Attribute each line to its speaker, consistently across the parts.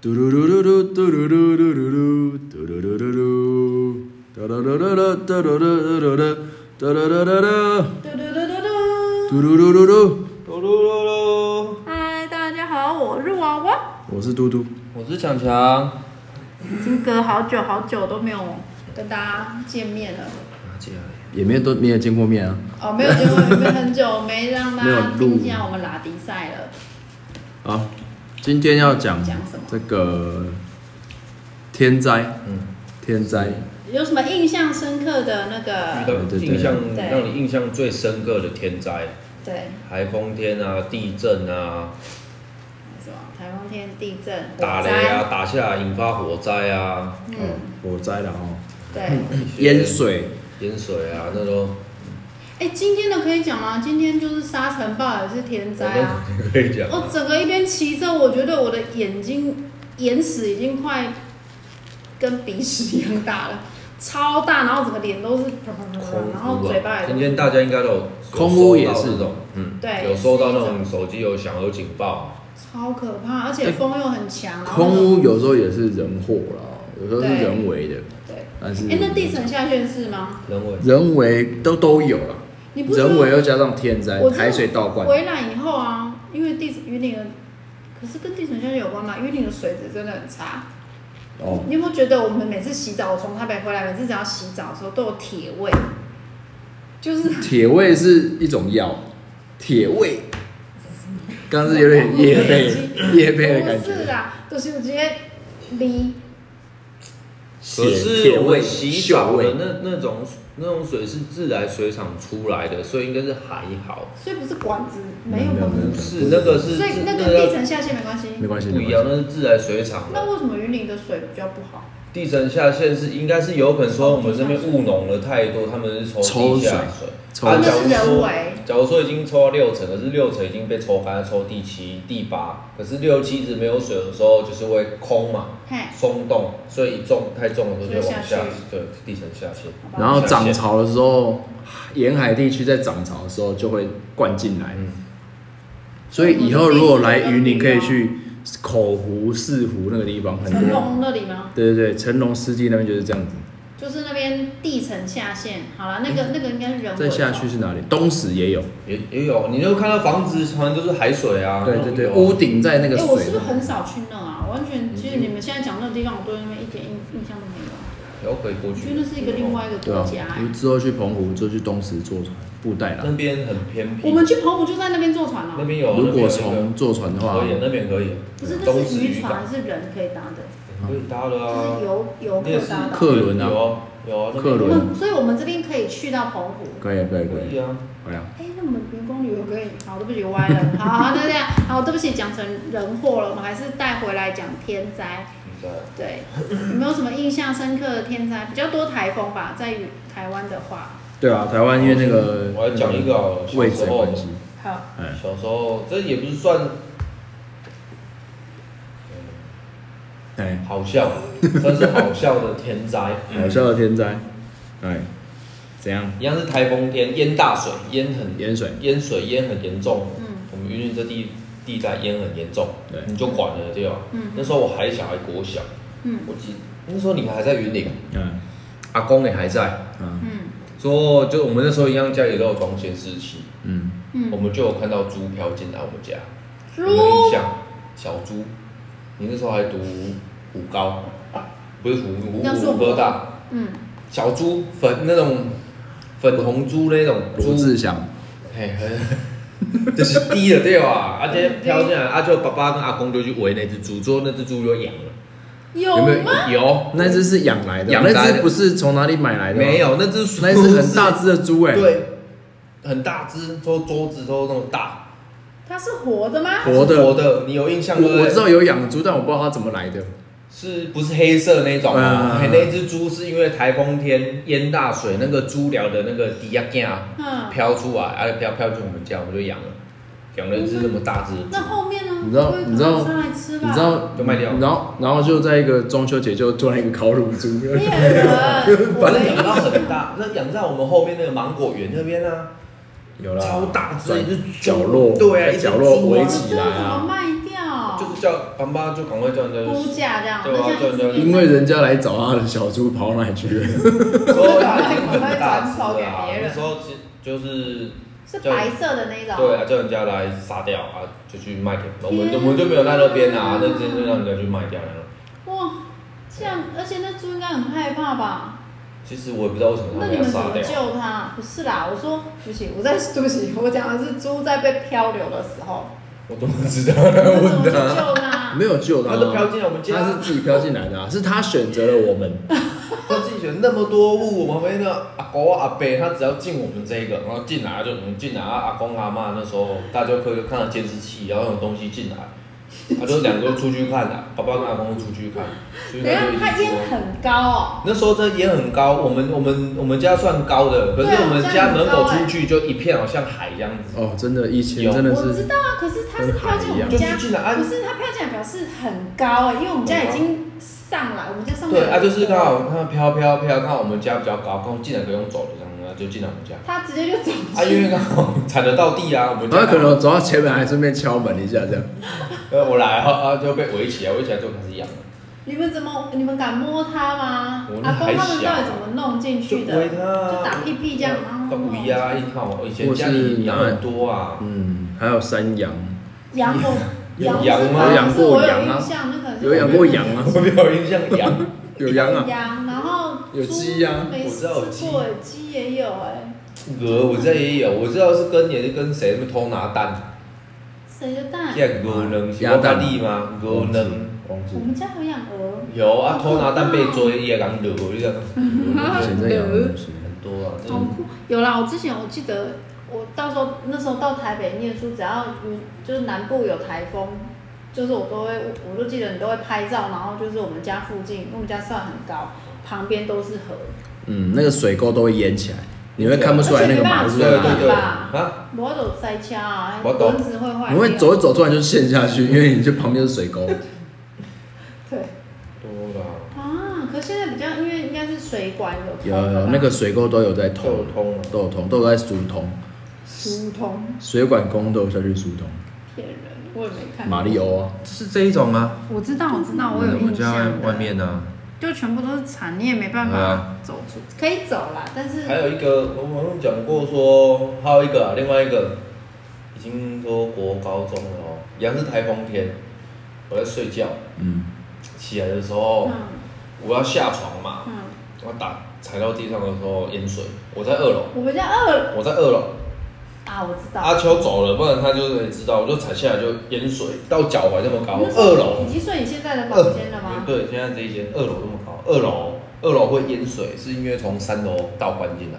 Speaker 1: 嘟噜噜噜噜嘟噜噜噜噜噜嘟噜噜噜噜哒哒哒哒哒哒哒哒哒哒哒哒哒哒
Speaker 2: 嘟嘟嘟嘟嘟。
Speaker 1: 嘟噜噜噜噜，
Speaker 3: 噜噜噜噜，
Speaker 2: 嗨，大家好，我是娃娃。
Speaker 1: 我是嘟嘟，
Speaker 3: 我是强强。
Speaker 2: 已经隔好久好久都没有跟大家见面了，
Speaker 1: 也没有都没有见过面啊。
Speaker 2: 哦， 没有见过，没有很久没让大
Speaker 1: 没有
Speaker 2: 家
Speaker 1: 录
Speaker 2: 听见我们拉迪赛了。
Speaker 1: 好，今天要讲
Speaker 2: 讲什么
Speaker 1: 这个天灾，
Speaker 3: 嗯，
Speaker 1: 天灾，
Speaker 2: 有什么印象深刻的那个？
Speaker 1: 对对对
Speaker 3: 印象
Speaker 2: 对
Speaker 3: 让你印象最深刻的天灾，
Speaker 2: 对，
Speaker 3: 台风天啊，地震啊，
Speaker 2: 什么台风天、地震、火
Speaker 3: 打雷
Speaker 2: 灾
Speaker 3: 啊，，打下来引发火灾啊，
Speaker 1: 哦，火灾了哦，
Speaker 2: 对。
Speaker 1: 淹、水，
Speaker 3: 淹水啊，那都
Speaker 2: 哎，今天的可以讲吗？今天就是沙尘暴也是天灾啊。
Speaker 3: 我都可以讲。
Speaker 2: 我整个一边骑着，我觉得我的眼睛眼屎已经快跟鼻屎一样大了，超大，然后整个脸都是啪啪啪啪
Speaker 3: 空
Speaker 2: 啪，然后
Speaker 3: 屋
Speaker 2: 嘴巴
Speaker 3: 啊，
Speaker 2: 也
Speaker 3: 今天大家应该都有
Speaker 1: 空屋也是
Speaker 3: 这种，嗯，
Speaker 2: 对
Speaker 3: 有收到那种手机有响有警报，
Speaker 2: 超可怕，而且风又很强。然后
Speaker 1: 空屋有时候也是人祸啦，有时候是人为的，
Speaker 2: 对，
Speaker 1: 但啊是
Speaker 2: 哎，那地层下陷是吗？
Speaker 3: 人为
Speaker 1: 人为都都有了，
Speaker 2: 你不是
Speaker 1: 人为又加上天灾
Speaker 2: 我，知道
Speaker 1: 海水倒灌，
Speaker 2: 回来以后啊，因为地云顶的，可是跟地层下陷有关嘛？云顶的水质真的很差。
Speaker 1: 哦，
Speaker 2: 你有没有觉得我们每次洗澡，我从台北回来，每次只要洗澡的时候都有铁味，就是
Speaker 1: 铁味是一种药，铁味，刚刚是有点夜背夜背的感
Speaker 2: 不哦是
Speaker 1: 觉，
Speaker 2: 啦，就是有些梨，
Speaker 3: 可是
Speaker 1: 铁
Speaker 3: 我
Speaker 1: 味、
Speaker 3: 们洗澡
Speaker 1: 锈
Speaker 3: 的
Speaker 1: 味，
Speaker 3: 那那种那种水是自来水厂出来的，所以应该是还好。
Speaker 2: 所以不是管子，没有
Speaker 1: 没有
Speaker 2: 管
Speaker 1: 没有
Speaker 2: 子
Speaker 1: 没，
Speaker 3: 是那个是
Speaker 2: 所以那
Speaker 3: 那
Speaker 2: 跟
Speaker 3: 个
Speaker 2: 地
Speaker 3: 要
Speaker 2: 层下陷没关系。
Speaker 1: 没关系，
Speaker 3: 不
Speaker 1: 没
Speaker 3: 一
Speaker 1: 关
Speaker 3: 样，
Speaker 1: 系，
Speaker 3: 那是自来水厂
Speaker 2: 那
Speaker 3: 的。
Speaker 2: 为什么云林的水比较不好？
Speaker 3: 地层下陷是应该是有可能说我们这边务农了太多，他们是
Speaker 1: 抽
Speaker 3: 抽地
Speaker 1: 水
Speaker 3: 下
Speaker 1: 抽
Speaker 3: 水。
Speaker 1: 啊
Speaker 3: 啊，
Speaker 2: 那
Speaker 3: 假
Speaker 2: 是
Speaker 3: 如
Speaker 2: 人
Speaker 3: 说
Speaker 2: 为，
Speaker 3: 假如说已经抽到六层，可是六层已经被抽干，抽第七、第八，可是六七一直没有水的时候，就是会空嘛，
Speaker 2: 嘿，
Speaker 3: 松动，所以重太重的时候就会往
Speaker 2: 就
Speaker 3: 下
Speaker 2: 下去，
Speaker 3: 对，地层下陷。
Speaker 2: 好吧
Speaker 1: 然后涨潮的时候，沿海地区在涨潮的时候就会灌进来。
Speaker 3: 嗯，
Speaker 1: 所以以后如果来云林，可以去口湖、四湖那个地方，很
Speaker 2: 成
Speaker 1: 多。
Speaker 2: 龙那里吗？
Speaker 1: 对对对，成龙湿地那边就是这样子。
Speaker 2: 就是那边地层下陷，好了，那个那个应该是人为
Speaker 1: 再
Speaker 2: 的
Speaker 1: 下去是哪里？东石也有。
Speaker 3: 也也有，你就看到房子好像都是海水啊。
Speaker 1: 对对对，
Speaker 3: 那种有
Speaker 1: 屋顶在那个
Speaker 2: 哎、我是不
Speaker 1: 水
Speaker 2: 是。很少去那啊？完全，其实你们现在讲那个地方，我对那边一点印印象都没有。
Speaker 3: 有可以过
Speaker 2: 我
Speaker 3: 去。
Speaker 2: 觉得那是一个另外一个
Speaker 1: 对
Speaker 2: 国
Speaker 1: 啊
Speaker 2: 家、，哎
Speaker 1: 我之后去澎湖，之后去东石坐船布袋啦
Speaker 3: 那。边很偏僻。
Speaker 2: 我们去澎湖就在那边坐船了、啊
Speaker 3: 那边有，
Speaker 1: 如
Speaker 3: 那边
Speaker 1: 果
Speaker 3: 有那个
Speaker 1: 从坐船的话
Speaker 3: 可，以，那边可以，
Speaker 2: 不是，
Speaker 3: 东
Speaker 2: 那
Speaker 3: 石
Speaker 2: 是渔
Speaker 3: 渔
Speaker 2: 船
Speaker 3: 港
Speaker 2: 还是人可以搭的，
Speaker 3: 可以搭的
Speaker 2: 就
Speaker 3: 啊
Speaker 2: 是，游游
Speaker 3: 那也
Speaker 2: 客
Speaker 3: 是
Speaker 2: 搭的。
Speaker 1: 客轮啊
Speaker 3: 有啊有啊，那边
Speaker 1: 客
Speaker 2: 我
Speaker 1: 轮
Speaker 2: 们所以我们这边可以去到澎湖。
Speaker 1: 可以可以可
Speaker 3: 可
Speaker 1: 以
Speaker 3: 以啊，
Speaker 1: 可以啊。
Speaker 2: 哎，那我们员工旅游可以？好，对不起，歪了。好，好，那这样，好，对不起，讲成人祸了，我们还是带回来讲天灾。
Speaker 3: 你在
Speaker 2: 对，有没有什么印象深刻的天灾？比较多台风吧，在于台湾的话。
Speaker 1: 对啊，台湾因为那个
Speaker 3: 哦我要讲一个好了
Speaker 1: 位置的关系，
Speaker 2: 好，
Speaker 1: 哎，
Speaker 3: 小时候，这也不是算
Speaker 1: 哎，
Speaker 3: 好 笑，算是好笑的天灾，
Speaker 1: 嗯好笑的天灾，哎，怎样？
Speaker 3: 一样是台风天，淹大水，淹很
Speaker 1: 淹水，
Speaker 3: 淹水淹很严重，
Speaker 2: 嗯
Speaker 3: 我们云林这地地带淹很严重，
Speaker 1: 对
Speaker 3: 你就管了对吧？
Speaker 2: 嗯
Speaker 3: 那时候我还小，还国小，
Speaker 2: 嗯
Speaker 3: 我记那时候你们还在云林，
Speaker 1: 嗯
Speaker 3: 阿公也还在，
Speaker 1: 嗯
Speaker 2: 嗯
Speaker 3: 说就我们那时候一样，家里都有装监视器，
Speaker 1: 嗯，
Speaker 3: 我
Speaker 2: 嗯，哦
Speaker 3: 们就有看到猪飘进来我们家，有没有印
Speaker 2: 猪，
Speaker 3: 象？小猪，你那时候还读虎高，不是虎虎
Speaker 2: 那是我
Speaker 3: 虎科大，
Speaker 2: 嗯，
Speaker 3: 小猪粉那种粉红猪那种
Speaker 1: 罗
Speaker 3: 猪，
Speaker 1: 志祥，
Speaker 3: 嘿，很 就是低的对吧？啊，今天飘进来，啊，就爸爸跟阿公就去围那只猪，最后那只猪就养了，
Speaker 2: 有
Speaker 1: 有没有
Speaker 2: 吗？
Speaker 3: 有
Speaker 1: 那只是养来的吧，
Speaker 3: 养来的
Speaker 1: 那只不是从哪里买来的，哦
Speaker 3: 没，有？那只
Speaker 1: 那只很大只的猪哎，，
Speaker 3: 对，很大只，都桌子都那么大，
Speaker 2: 它是活的吗？
Speaker 1: 活的
Speaker 3: 活的，你有印象对不
Speaker 1: 我
Speaker 3: 对
Speaker 1: 我知道有养猪，但我不知道它怎么来的，
Speaker 3: 是不是黑色那种、
Speaker 1: 嗯
Speaker 3: 啊？嘿那只猪是因为台风天淹大水，那个猪寮的那个底下架
Speaker 2: 嗯，
Speaker 3: 飘出来，啊飘飘进我们家，我们就养了，养了一只那么大只的
Speaker 2: 那
Speaker 3: 猪。
Speaker 2: 后面呢？
Speaker 1: 你知道
Speaker 2: 不会
Speaker 1: 你知道
Speaker 2: 烤上来吃吧？
Speaker 1: 你知道
Speaker 3: 就卖掉
Speaker 1: 然后然后就在一个中秋节就做了一个烤乳猪，
Speaker 2: 猎
Speaker 3: 啊
Speaker 2: 人，
Speaker 3: 反正养到很大，那养在我们后面那个芒果园那边啊，
Speaker 1: 有啦，
Speaker 3: 超大只，
Speaker 1: 转
Speaker 3: 一只猪
Speaker 1: 角落
Speaker 3: 对啊，
Speaker 1: 在
Speaker 3: 一只
Speaker 1: 角落
Speaker 3: 猪啊
Speaker 1: 围
Speaker 2: 我
Speaker 1: 起
Speaker 2: 这
Speaker 1: 来
Speaker 2: 个怎么
Speaker 1: 啊，
Speaker 2: 卖掉？
Speaker 3: 就是叫爸妈就赶快叫人家
Speaker 2: 估
Speaker 3: 去
Speaker 2: 价这样，
Speaker 3: 对啊
Speaker 2: 那像一
Speaker 3: 对啊
Speaker 2: 只
Speaker 3: 对啊
Speaker 1: 因为人家来找他的小猪跑哪里去了？
Speaker 3: 说
Speaker 2: 赶快转手给
Speaker 3: 啊
Speaker 2: 别人
Speaker 3: 那时候其实就是
Speaker 2: 是白色的那种，
Speaker 3: 对啊，叫人家来杀掉啊，就去卖给我们，我们就没有在那边啊，那直接就让人家去卖掉了。
Speaker 2: 哇，这样，而且那猪应该很害怕吧？
Speaker 3: 其实我也不知道为什么
Speaker 2: 那
Speaker 3: 他们
Speaker 2: 你
Speaker 3: 要
Speaker 2: 们怎
Speaker 3: 杀
Speaker 2: 么
Speaker 3: 掉。
Speaker 2: 救它？不是啦，我说对不起，我在对不起，我讲的是猪在被漂流的时 候，
Speaker 3: 我怎么知道？
Speaker 2: 你们怎么去
Speaker 1: 问他
Speaker 2: 救它？
Speaker 1: 没有救他
Speaker 3: 他都飘进
Speaker 1: 啊，
Speaker 3: 来我们家，
Speaker 1: 他是自己飘进来的、啊，是他选择了我们。
Speaker 3: 他自己选那么多物，我们旁边的阿公阿伯，他只要进我们这一个，然后进来就嗯进来，阿公阿妈那时候大家可以看到监视器，然后有东西进来，啊，就两个都出去看的、爸爸跟阿公都出去看，出去
Speaker 2: 等一下
Speaker 3: 看
Speaker 2: 它
Speaker 3: 就一起
Speaker 2: 烟
Speaker 3: 说。
Speaker 2: 很高哦，
Speaker 3: 那时候真的也很高，我们我们我们家算高的，可是
Speaker 2: 对啊
Speaker 3: 我们家门
Speaker 2: 我们
Speaker 3: 口
Speaker 2: 家很高欸
Speaker 3: 出去就一片好像海这样子，
Speaker 1: 哦，真的，以前
Speaker 3: 有
Speaker 1: 真的
Speaker 2: 我
Speaker 1: 是
Speaker 2: 知道啊，可是它是飘进我们
Speaker 3: 就是
Speaker 2: 家，
Speaker 3: 进来啊
Speaker 2: 不是它飘进来表示很高哎、因为我们家已经上来，我们家上面
Speaker 3: 对，啊就是刚
Speaker 2: 它，
Speaker 3: 好它飘飘飘，刚好我们家比较高，刚好进来不用走了这样，然后就进来我们家，
Speaker 2: 它直接就走进
Speaker 3: 啊因为刚好踩得到地啊，我们家
Speaker 1: 他可能走到前门还顺便敲门一下这样。
Speaker 3: 呃，我来啊，啊就被围起来，围起来就开始养了，
Speaker 2: 你们怎么？你们敢摸它吗
Speaker 3: 我？那
Speaker 2: 阿
Speaker 3: 还
Speaker 2: 公他们
Speaker 3: 小
Speaker 2: 到底怎么弄进去的？
Speaker 3: 围它啊，
Speaker 2: 就打屁屁这样哦然后
Speaker 3: 都不一样，一套，以前家里养很多啊，
Speaker 1: 嗯，还有山羊，
Speaker 2: 羊我
Speaker 3: 有
Speaker 2: 羊
Speaker 3: 羊吗有
Speaker 1: 养过羊
Speaker 2: 啊
Speaker 1: 啊，
Speaker 2: 那个
Speaker 1: 有养过羊啊，
Speaker 3: 我没有印象养，
Speaker 1: 有羊啊，
Speaker 2: 羊，然后
Speaker 1: 有
Speaker 2: 猪
Speaker 1: 鸡啊
Speaker 2: 没
Speaker 3: 我
Speaker 2: 吃
Speaker 3: 知道有鸡
Speaker 2: 过，鸡也有哎，
Speaker 3: 鹅我这也有，我知道是跟也是跟谁那边偷拿蛋，
Speaker 2: 谁的蛋？
Speaker 3: 现在鹅能是
Speaker 1: 鸭
Speaker 3: 我
Speaker 1: 蛋
Speaker 3: 大力吗？鹅能
Speaker 1: 忘记
Speaker 2: 我们家有养鹅，
Speaker 3: 有啊，偷拿蛋被追也敢惹，我就讲
Speaker 1: 以前真的养啊过东西
Speaker 3: 很多啊，真
Speaker 2: 好
Speaker 3: 的
Speaker 2: 酷。有啦，我之前我记得我到时候那时候到台北念书，只要嗯就是南部有台风。就是我都会，我我就记得你都会拍照，然后就是我们家附近，因为我们家算很高，旁边都是河，
Speaker 1: 嗯，那个水沟都会淹起来，你会看不出来那个马路
Speaker 3: 对
Speaker 1: 在
Speaker 2: 而且
Speaker 1: 哪
Speaker 2: 没办
Speaker 3: 对
Speaker 1: 里。
Speaker 3: 对
Speaker 2: 吧
Speaker 3: 啊，
Speaker 2: 我走塞车啊，
Speaker 3: 我懂
Speaker 2: 轮子会坏掉。
Speaker 1: 你会走一走，突然就陷下去，因为你就旁边是水沟。
Speaker 2: 对
Speaker 3: 多啦，
Speaker 2: 啊，可现在比较，因为应该是水管有通
Speaker 1: 有
Speaker 2: 了吧
Speaker 1: 有那个水沟都有在
Speaker 3: 都有
Speaker 1: 通，
Speaker 3: 通啊了，
Speaker 1: 都有通，都有在疏通，
Speaker 2: 疏通
Speaker 1: 水管工都有下去疏通。
Speaker 2: 骗人，我也没看。
Speaker 1: 马里，欧啊，
Speaker 3: 是这一种啊，
Speaker 2: 我知道，我知道，我
Speaker 3: 嗯
Speaker 2: 有印象。
Speaker 3: 呢。
Speaker 2: 就全部都是残，你也没办
Speaker 3: 对
Speaker 2: 法
Speaker 3: 啊
Speaker 2: 走出，可以走啦，但是
Speaker 3: 还有一个，我好像讲过说，还有一个、啊，另外一个，已经说国高中了哦，一样是台风天，我在睡觉，
Speaker 1: 嗯，
Speaker 3: 起来的时候
Speaker 2: 嗯，
Speaker 3: 我要下床嘛，
Speaker 2: 嗯，
Speaker 3: 我打踩到地上的时候淹水，我在二楼，
Speaker 2: 我们家二
Speaker 3: 我在二楼，
Speaker 2: 啊，我知道，
Speaker 3: 阿秋走了，不然他就是知道，我就踩下来就淹水到脚踝那么高，
Speaker 2: 那时候
Speaker 3: 二楼，
Speaker 2: 已经睡你现在的
Speaker 3: 二
Speaker 2: 房间了吗？
Speaker 3: 对，现在这一间二楼那么高，二楼二楼会淹水，是因为从三楼倒灌进来。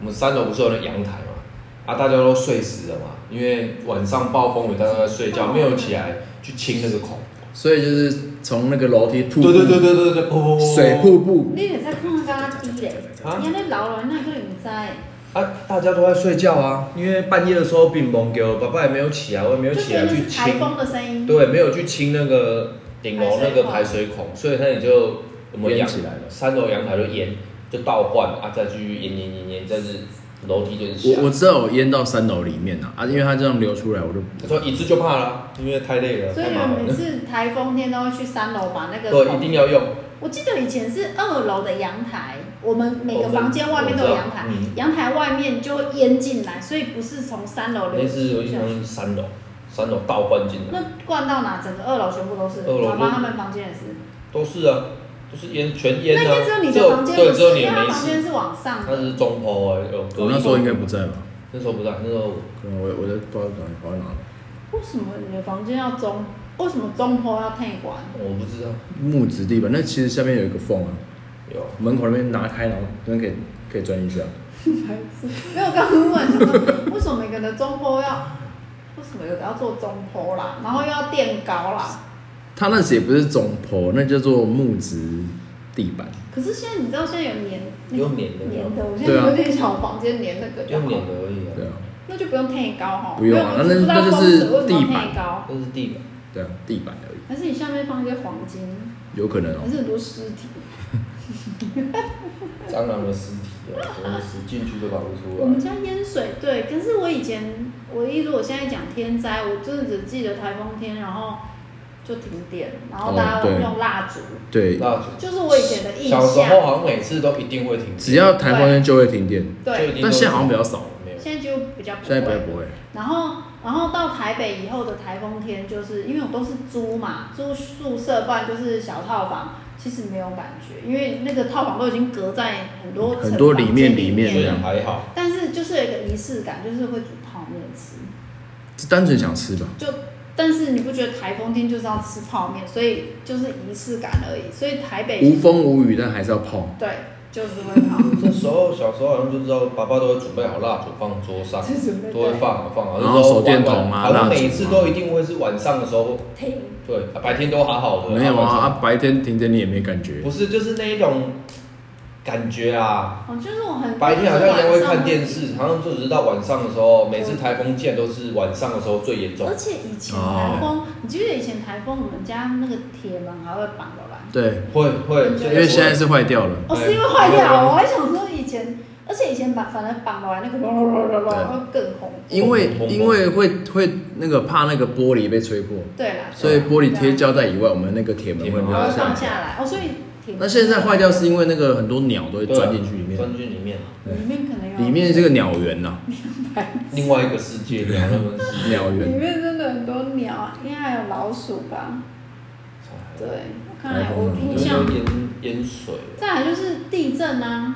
Speaker 3: 我们三楼不是有那阳台嘛，啊，大家都睡死了嘛，因为晚上暴风雨，大家都在睡觉，没有起来去清那个孔。
Speaker 1: 所以就是从那个楼梯瀑
Speaker 3: 对
Speaker 1: 布，
Speaker 3: 对对对对对，哦，
Speaker 1: 水瀑布，
Speaker 2: 你也在看到刚刚低嘞，
Speaker 3: 啊
Speaker 2: 你那老了，那个你在，
Speaker 3: 啊，大家都在睡觉啊，因为半夜的时候乒乓球，爸爸也没有起来，我也没有
Speaker 2: 就
Speaker 3: 起
Speaker 2: 觉得
Speaker 3: 来
Speaker 2: 那
Speaker 3: 去
Speaker 2: 是台
Speaker 3: 清，
Speaker 2: 风的声音，
Speaker 3: 对，没有去清那个顶楼那个
Speaker 2: 排
Speaker 3: 排水孔，所以它也就我们
Speaker 1: 淹
Speaker 3: 阳
Speaker 1: 起来了。
Speaker 3: 三楼阳台就淹，就倒灌啊，再继续淹淹淹淹，再是楼梯就是下
Speaker 1: 我我。知道我淹到三楼里面了啊，因为它这样流出来，我就
Speaker 3: 他说一次就怕了，因为太累了，
Speaker 2: 所以
Speaker 3: 太
Speaker 2: 你
Speaker 3: 麻
Speaker 2: 们
Speaker 3: 烦
Speaker 2: 每
Speaker 3: 了。
Speaker 2: 次台风天都会去三楼把那个
Speaker 3: 对，
Speaker 2: 孔
Speaker 3: 一定要用。
Speaker 2: 我记得以前是二楼的阳台，我们每个房间外面都有阳台
Speaker 3: 我知道嗯，
Speaker 2: 阳台外面就会淹进来，所以不是从三楼流
Speaker 3: 那次
Speaker 2: 出
Speaker 3: 我印
Speaker 2: 去
Speaker 3: 象。是三楼，三楼倒灌进来，
Speaker 2: 那灌到哪？整个二楼全部都是，
Speaker 3: 二楼
Speaker 2: 妈妈
Speaker 3: 就
Speaker 2: 他们房间也是。
Speaker 3: 都是啊，都是淹全淹
Speaker 2: 那
Speaker 3: 啊
Speaker 2: 天只有你。
Speaker 3: 只
Speaker 2: 的房间
Speaker 3: 对，
Speaker 2: 有
Speaker 3: 只有
Speaker 2: 事，
Speaker 3: 你
Speaker 2: 因为
Speaker 3: 没
Speaker 2: 他房间
Speaker 3: 事。
Speaker 2: 是往上
Speaker 3: 他
Speaker 2: 的。
Speaker 3: 是中坡哎，有隔
Speaker 1: 哦我那
Speaker 3: 音
Speaker 1: 时候应该不在吧？
Speaker 3: 那时候不在，啊那时候
Speaker 1: 可能我我的不知道哪里跑到哪了，
Speaker 2: 为什么你的房间要中？为什么中坡要退 管？
Speaker 3: 我不知道。
Speaker 1: 木质地板，那其实下面有一个缝啊，
Speaker 3: 有
Speaker 1: 门口那边拿开，然后那边可以可以钻进去啊。
Speaker 2: 白痴没有，我刚刚问想说，为什么每个人的中坡要？为什么有的要做中 坡啦？然后又要垫高啦？
Speaker 1: 它那时也不是中坡，那叫做木质地板。
Speaker 2: 可是现在你知道现在有粘，那个
Speaker 3: 用粘的
Speaker 2: 粘的，我现在
Speaker 1: 对啊
Speaker 2: 有点想我房间粘那个就
Speaker 3: 用
Speaker 2: 好，
Speaker 3: 脸的而已
Speaker 1: 对
Speaker 3: 啊，
Speaker 1: 啊，
Speaker 2: 那就不用太高哈。
Speaker 1: 不用啊
Speaker 2: 我知道
Speaker 1: 那那就是
Speaker 2: 风水为什么
Speaker 1: 地
Speaker 2: 要
Speaker 1: 板
Speaker 2: 太高，
Speaker 3: 那是地板。
Speaker 1: 对啊，地板而已，
Speaker 2: 还是你下面放一些黄金，
Speaker 1: 有可能哦、
Speaker 2: 还是很多尸体？
Speaker 3: 蟑螂的尸体啊，真的是进去都拔不出
Speaker 2: 我们
Speaker 3: 来。
Speaker 2: 家淹水，对，可是我以前，我一如我现在讲天灾，我真的只记得台风天，然后就停电，然后
Speaker 1: 哦
Speaker 2: 大家
Speaker 1: 对
Speaker 2: 用蜡烛，
Speaker 1: 对，
Speaker 3: 蜡烛。
Speaker 2: 就是我以前的印象
Speaker 3: 小。时候好像每次都一定会停电，
Speaker 1: 只要台风天就会停电，
Speaker 3: 就
Speaker 2: 对，
Speaker 3: 一定
Speaker 1: 但现在好像比较少，
Speaker 3: 没有。
Speaker 2: 现在就比较不
Speaker 1: 现在比较
Speaker 2: 会。
Speaker 1: 不会。
Speaker 2: 然后，然后到台北以后的台风天，就是因为我都是租嘛，租宿舍，不然就是小套房，其实没有感觉，因为那个套房都已经隔在很多
Speaker 1: 很多
Speaker 2: 层
Speaker 1: 里
Speaker 2: 房
Speaker 1: 面
Speaker 2: 间
Speaker 1: 里
Speaker 2: 里
Speaker 1: 面
Speaker 3: 所以
Speaker 1: 这样
Speaker 3: 还好，
Speaker 2: 但是就是有一个仪式感，就是会煮泡面吃。
Speaker 1: 是单纯想吃吧？
Speaker 2: 就但是你不觉得台风天就是要吃泡面，所以就是仪式感而已。所以台北
Speaker 1: 无风无雨，但还是要泡。
Speaker 2: 对，就是会泡面，
Speaker 3: 那时候小时候好像就知道，爸爸都会准备好蜡烛放桌上，
Speaker 2: 就准备
Speaker 3: 都会
Speaker 2: 对
Speaker 3: 放啊放啊。
Speaker 1: 然后手电筒啊
Speaker 3: 好
Speaker 1: 蜡烛啊
Speaker 3: 像每次都一定会是晚上的时候，
Speaker 2: 停。
Speaker 3: 对，啊白天都好好的。
Speaker 1: 没有啊，
Speaker 3: 晚
Speaker 1: 啊
Speaker 3: 上，
Speaker 1: 白天停电你也没感觉
Speaker 3: 不。是就是那一种感觉啊。
Speaker 2: 哦，就是我很
Speaker 3: 白天好像也会看电
Speaker 2: 视，
Speaker 3: 视，好像就只是到晚上的时候，每次台风见都是晚上的时候最严重
Speaker 2: 而。且以前台风，你记不记得以前台风，我们家那个铁门还会绑过来？
Speaker 1: 对，
Speaker 3: 会会，
Speaker 1: 因为现在是坏掉了。
Speaker 2: 哦，是因为坏掉，我还想说以前，而且以前绑反正绑过来那个隆隆隆隆隆会更恐怖。
Speaker 1: 因为
Speaker 3: 砰砰砰
Speaker 1: 因为会会那个怕那个玻璃被吹破，
Speaker 2: 对啦，
Speaker 1: 所以玻璃贴胶带以外，我们那个铁门会
Speaker 3: 铁门
Speaker 2: 然
Speaker 1: 拉
Speaker 2: 后
Speaker 1: 下
Speaker 2: 放
Speaker 1: 来。
Speaker 2: 下来哦，所以铁门
Speaker 1: 那现在坏掉是因为那个很多鸟都会钻进去里面，
Speaker 3: 啊钻进去里面，
Speaker 2: 里面可能有
Speaker 1: 里面这个鸟园呐，
Speaker 3: 另外一个世界，两个人世界。
Speaker 1: 鸟
Speaker 2: 里
Speaker 1: 园。
Speaker 2: 面真的很多鸟，啊应该还有老鼠吧？对，我看来我印
Speaker 3: 有时候
Speaker 2: 象。
Speaker 3: 淹淹水。
Speaker 2: 再来就是地震啊，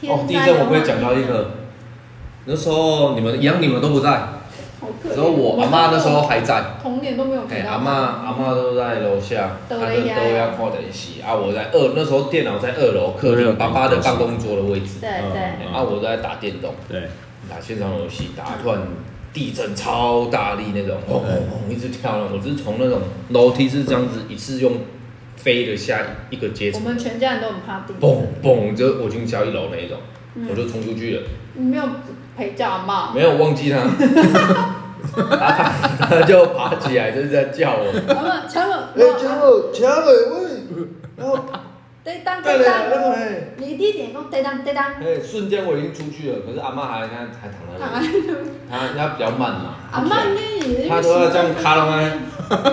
Speaker 2: 天
Speaker 3: 哦，地
Speaker 2: 灾
Speaker 3: 震
Speaker 2: 的
Speaker 3: 我
Speaker 2: 话
Speaker 3: 会讲到一，个，那时候你们一样，你们都不在，
Speaker 2: 好可怜哦
Speaker 3: 然后我阿妈那时候还 在，
Speaker 2: 童年都没有
Speaker 3: 哎、
Speaker 2: 看到。
Speaker 3: 阿妈阿妈都在楼下，她
Speaker 2: 都
Speaker 3: 就
Speaker 2: 在
Speaker 3: 都
Speaker 2: 家
Speaker 3: 要看电视，啊，我在二那时候电脑在二楼客厅爸爸的办公桌的位置，
Speaker 2: 对
Speaker 1: 嗯
Speaker 2: 对，
Speaker 3: 哎啊，我都在打电动，
Speaker 1: 对，
Speaker 3: 打线上游戏，打突然地震超大力那种，轰轰轰一直跳了，我是从那种楼梯是这样子一次用飞的下一个阶
Speaker 2: 我
Speaker 3: 层，
Speaker 2: 们全家人都很怕地
Speaker 3: 嘣
Speaker 2: 震，
Speaker 3: 嘣，就我已经下一楼那一种，
Speaker 2: 嗯哦
Speaker 3: 我就冲出去了。
Speaker 2: 你没有陪叫阿 妈，
Speaker 3: 没有忘记他，他就爬起来就是在叫 我，
Speaker 2: 阿妈强了，
Speaker 3: 哎伟，强伟喂，然后
Speaker 2: 对当对
Speaker 3: 干嘞，那个
Speaker 2: 当，
Speaker 3: 哎，
Speaker 2: 离地点讲对当对当，
Speaker 3: 哎，瞬间我已经出去了，可是阿妈还还还躺在那
Speaker 2: 啊
Speaker 3: 里，她她比较慢嘛，
Speaker 2: 阿妈应该也
Speaker 3: 她都要这样卡了吗？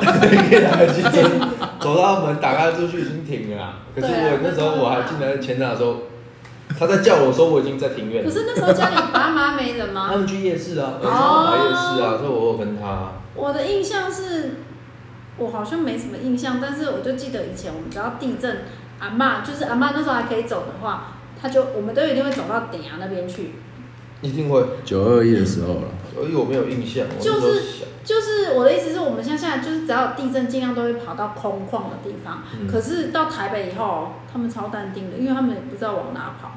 Speaker 3: 给来去争，走到门打开出去已经停了啦，可是
Speaker 2: 对啊
Speaker 3: 我那时候我还进来前场的时候，他在叫我说我已经在庭院
Speaker 2: 可
Speaker 3: 了，
Speaker 2: 是那时候家里爸妈没人
Speaker 3: 他
Speaker 2: 吗？
Speaker 3: 们去夜市啊，
Speaker 2: 哦
Speaker 3: 晚上跑夜市啊，所以我有跟他。
Speaker 2: 我的印象是，我好像没什么印象，但是我就记得以前我们只要地震，阿嬷就是阿嬷那时候还可以走的话，她就我们都一定会走到顶啊那边去。
Speaker 3: 一定会，
Speaker 1: 九二一的时候了，
Speaker 3: 所以我没有印象。我那时候
Speaker 2: 就是
Speaker 3: 小
Speaker 2: 就是我的意思是我们乡下就是只要有地震，尽量都会跑到空旷的地方。
Speaker 3: 嗯
Speaker 2: 可是到台北以后，他们超淡定的，因为他们也不知道往哪跑，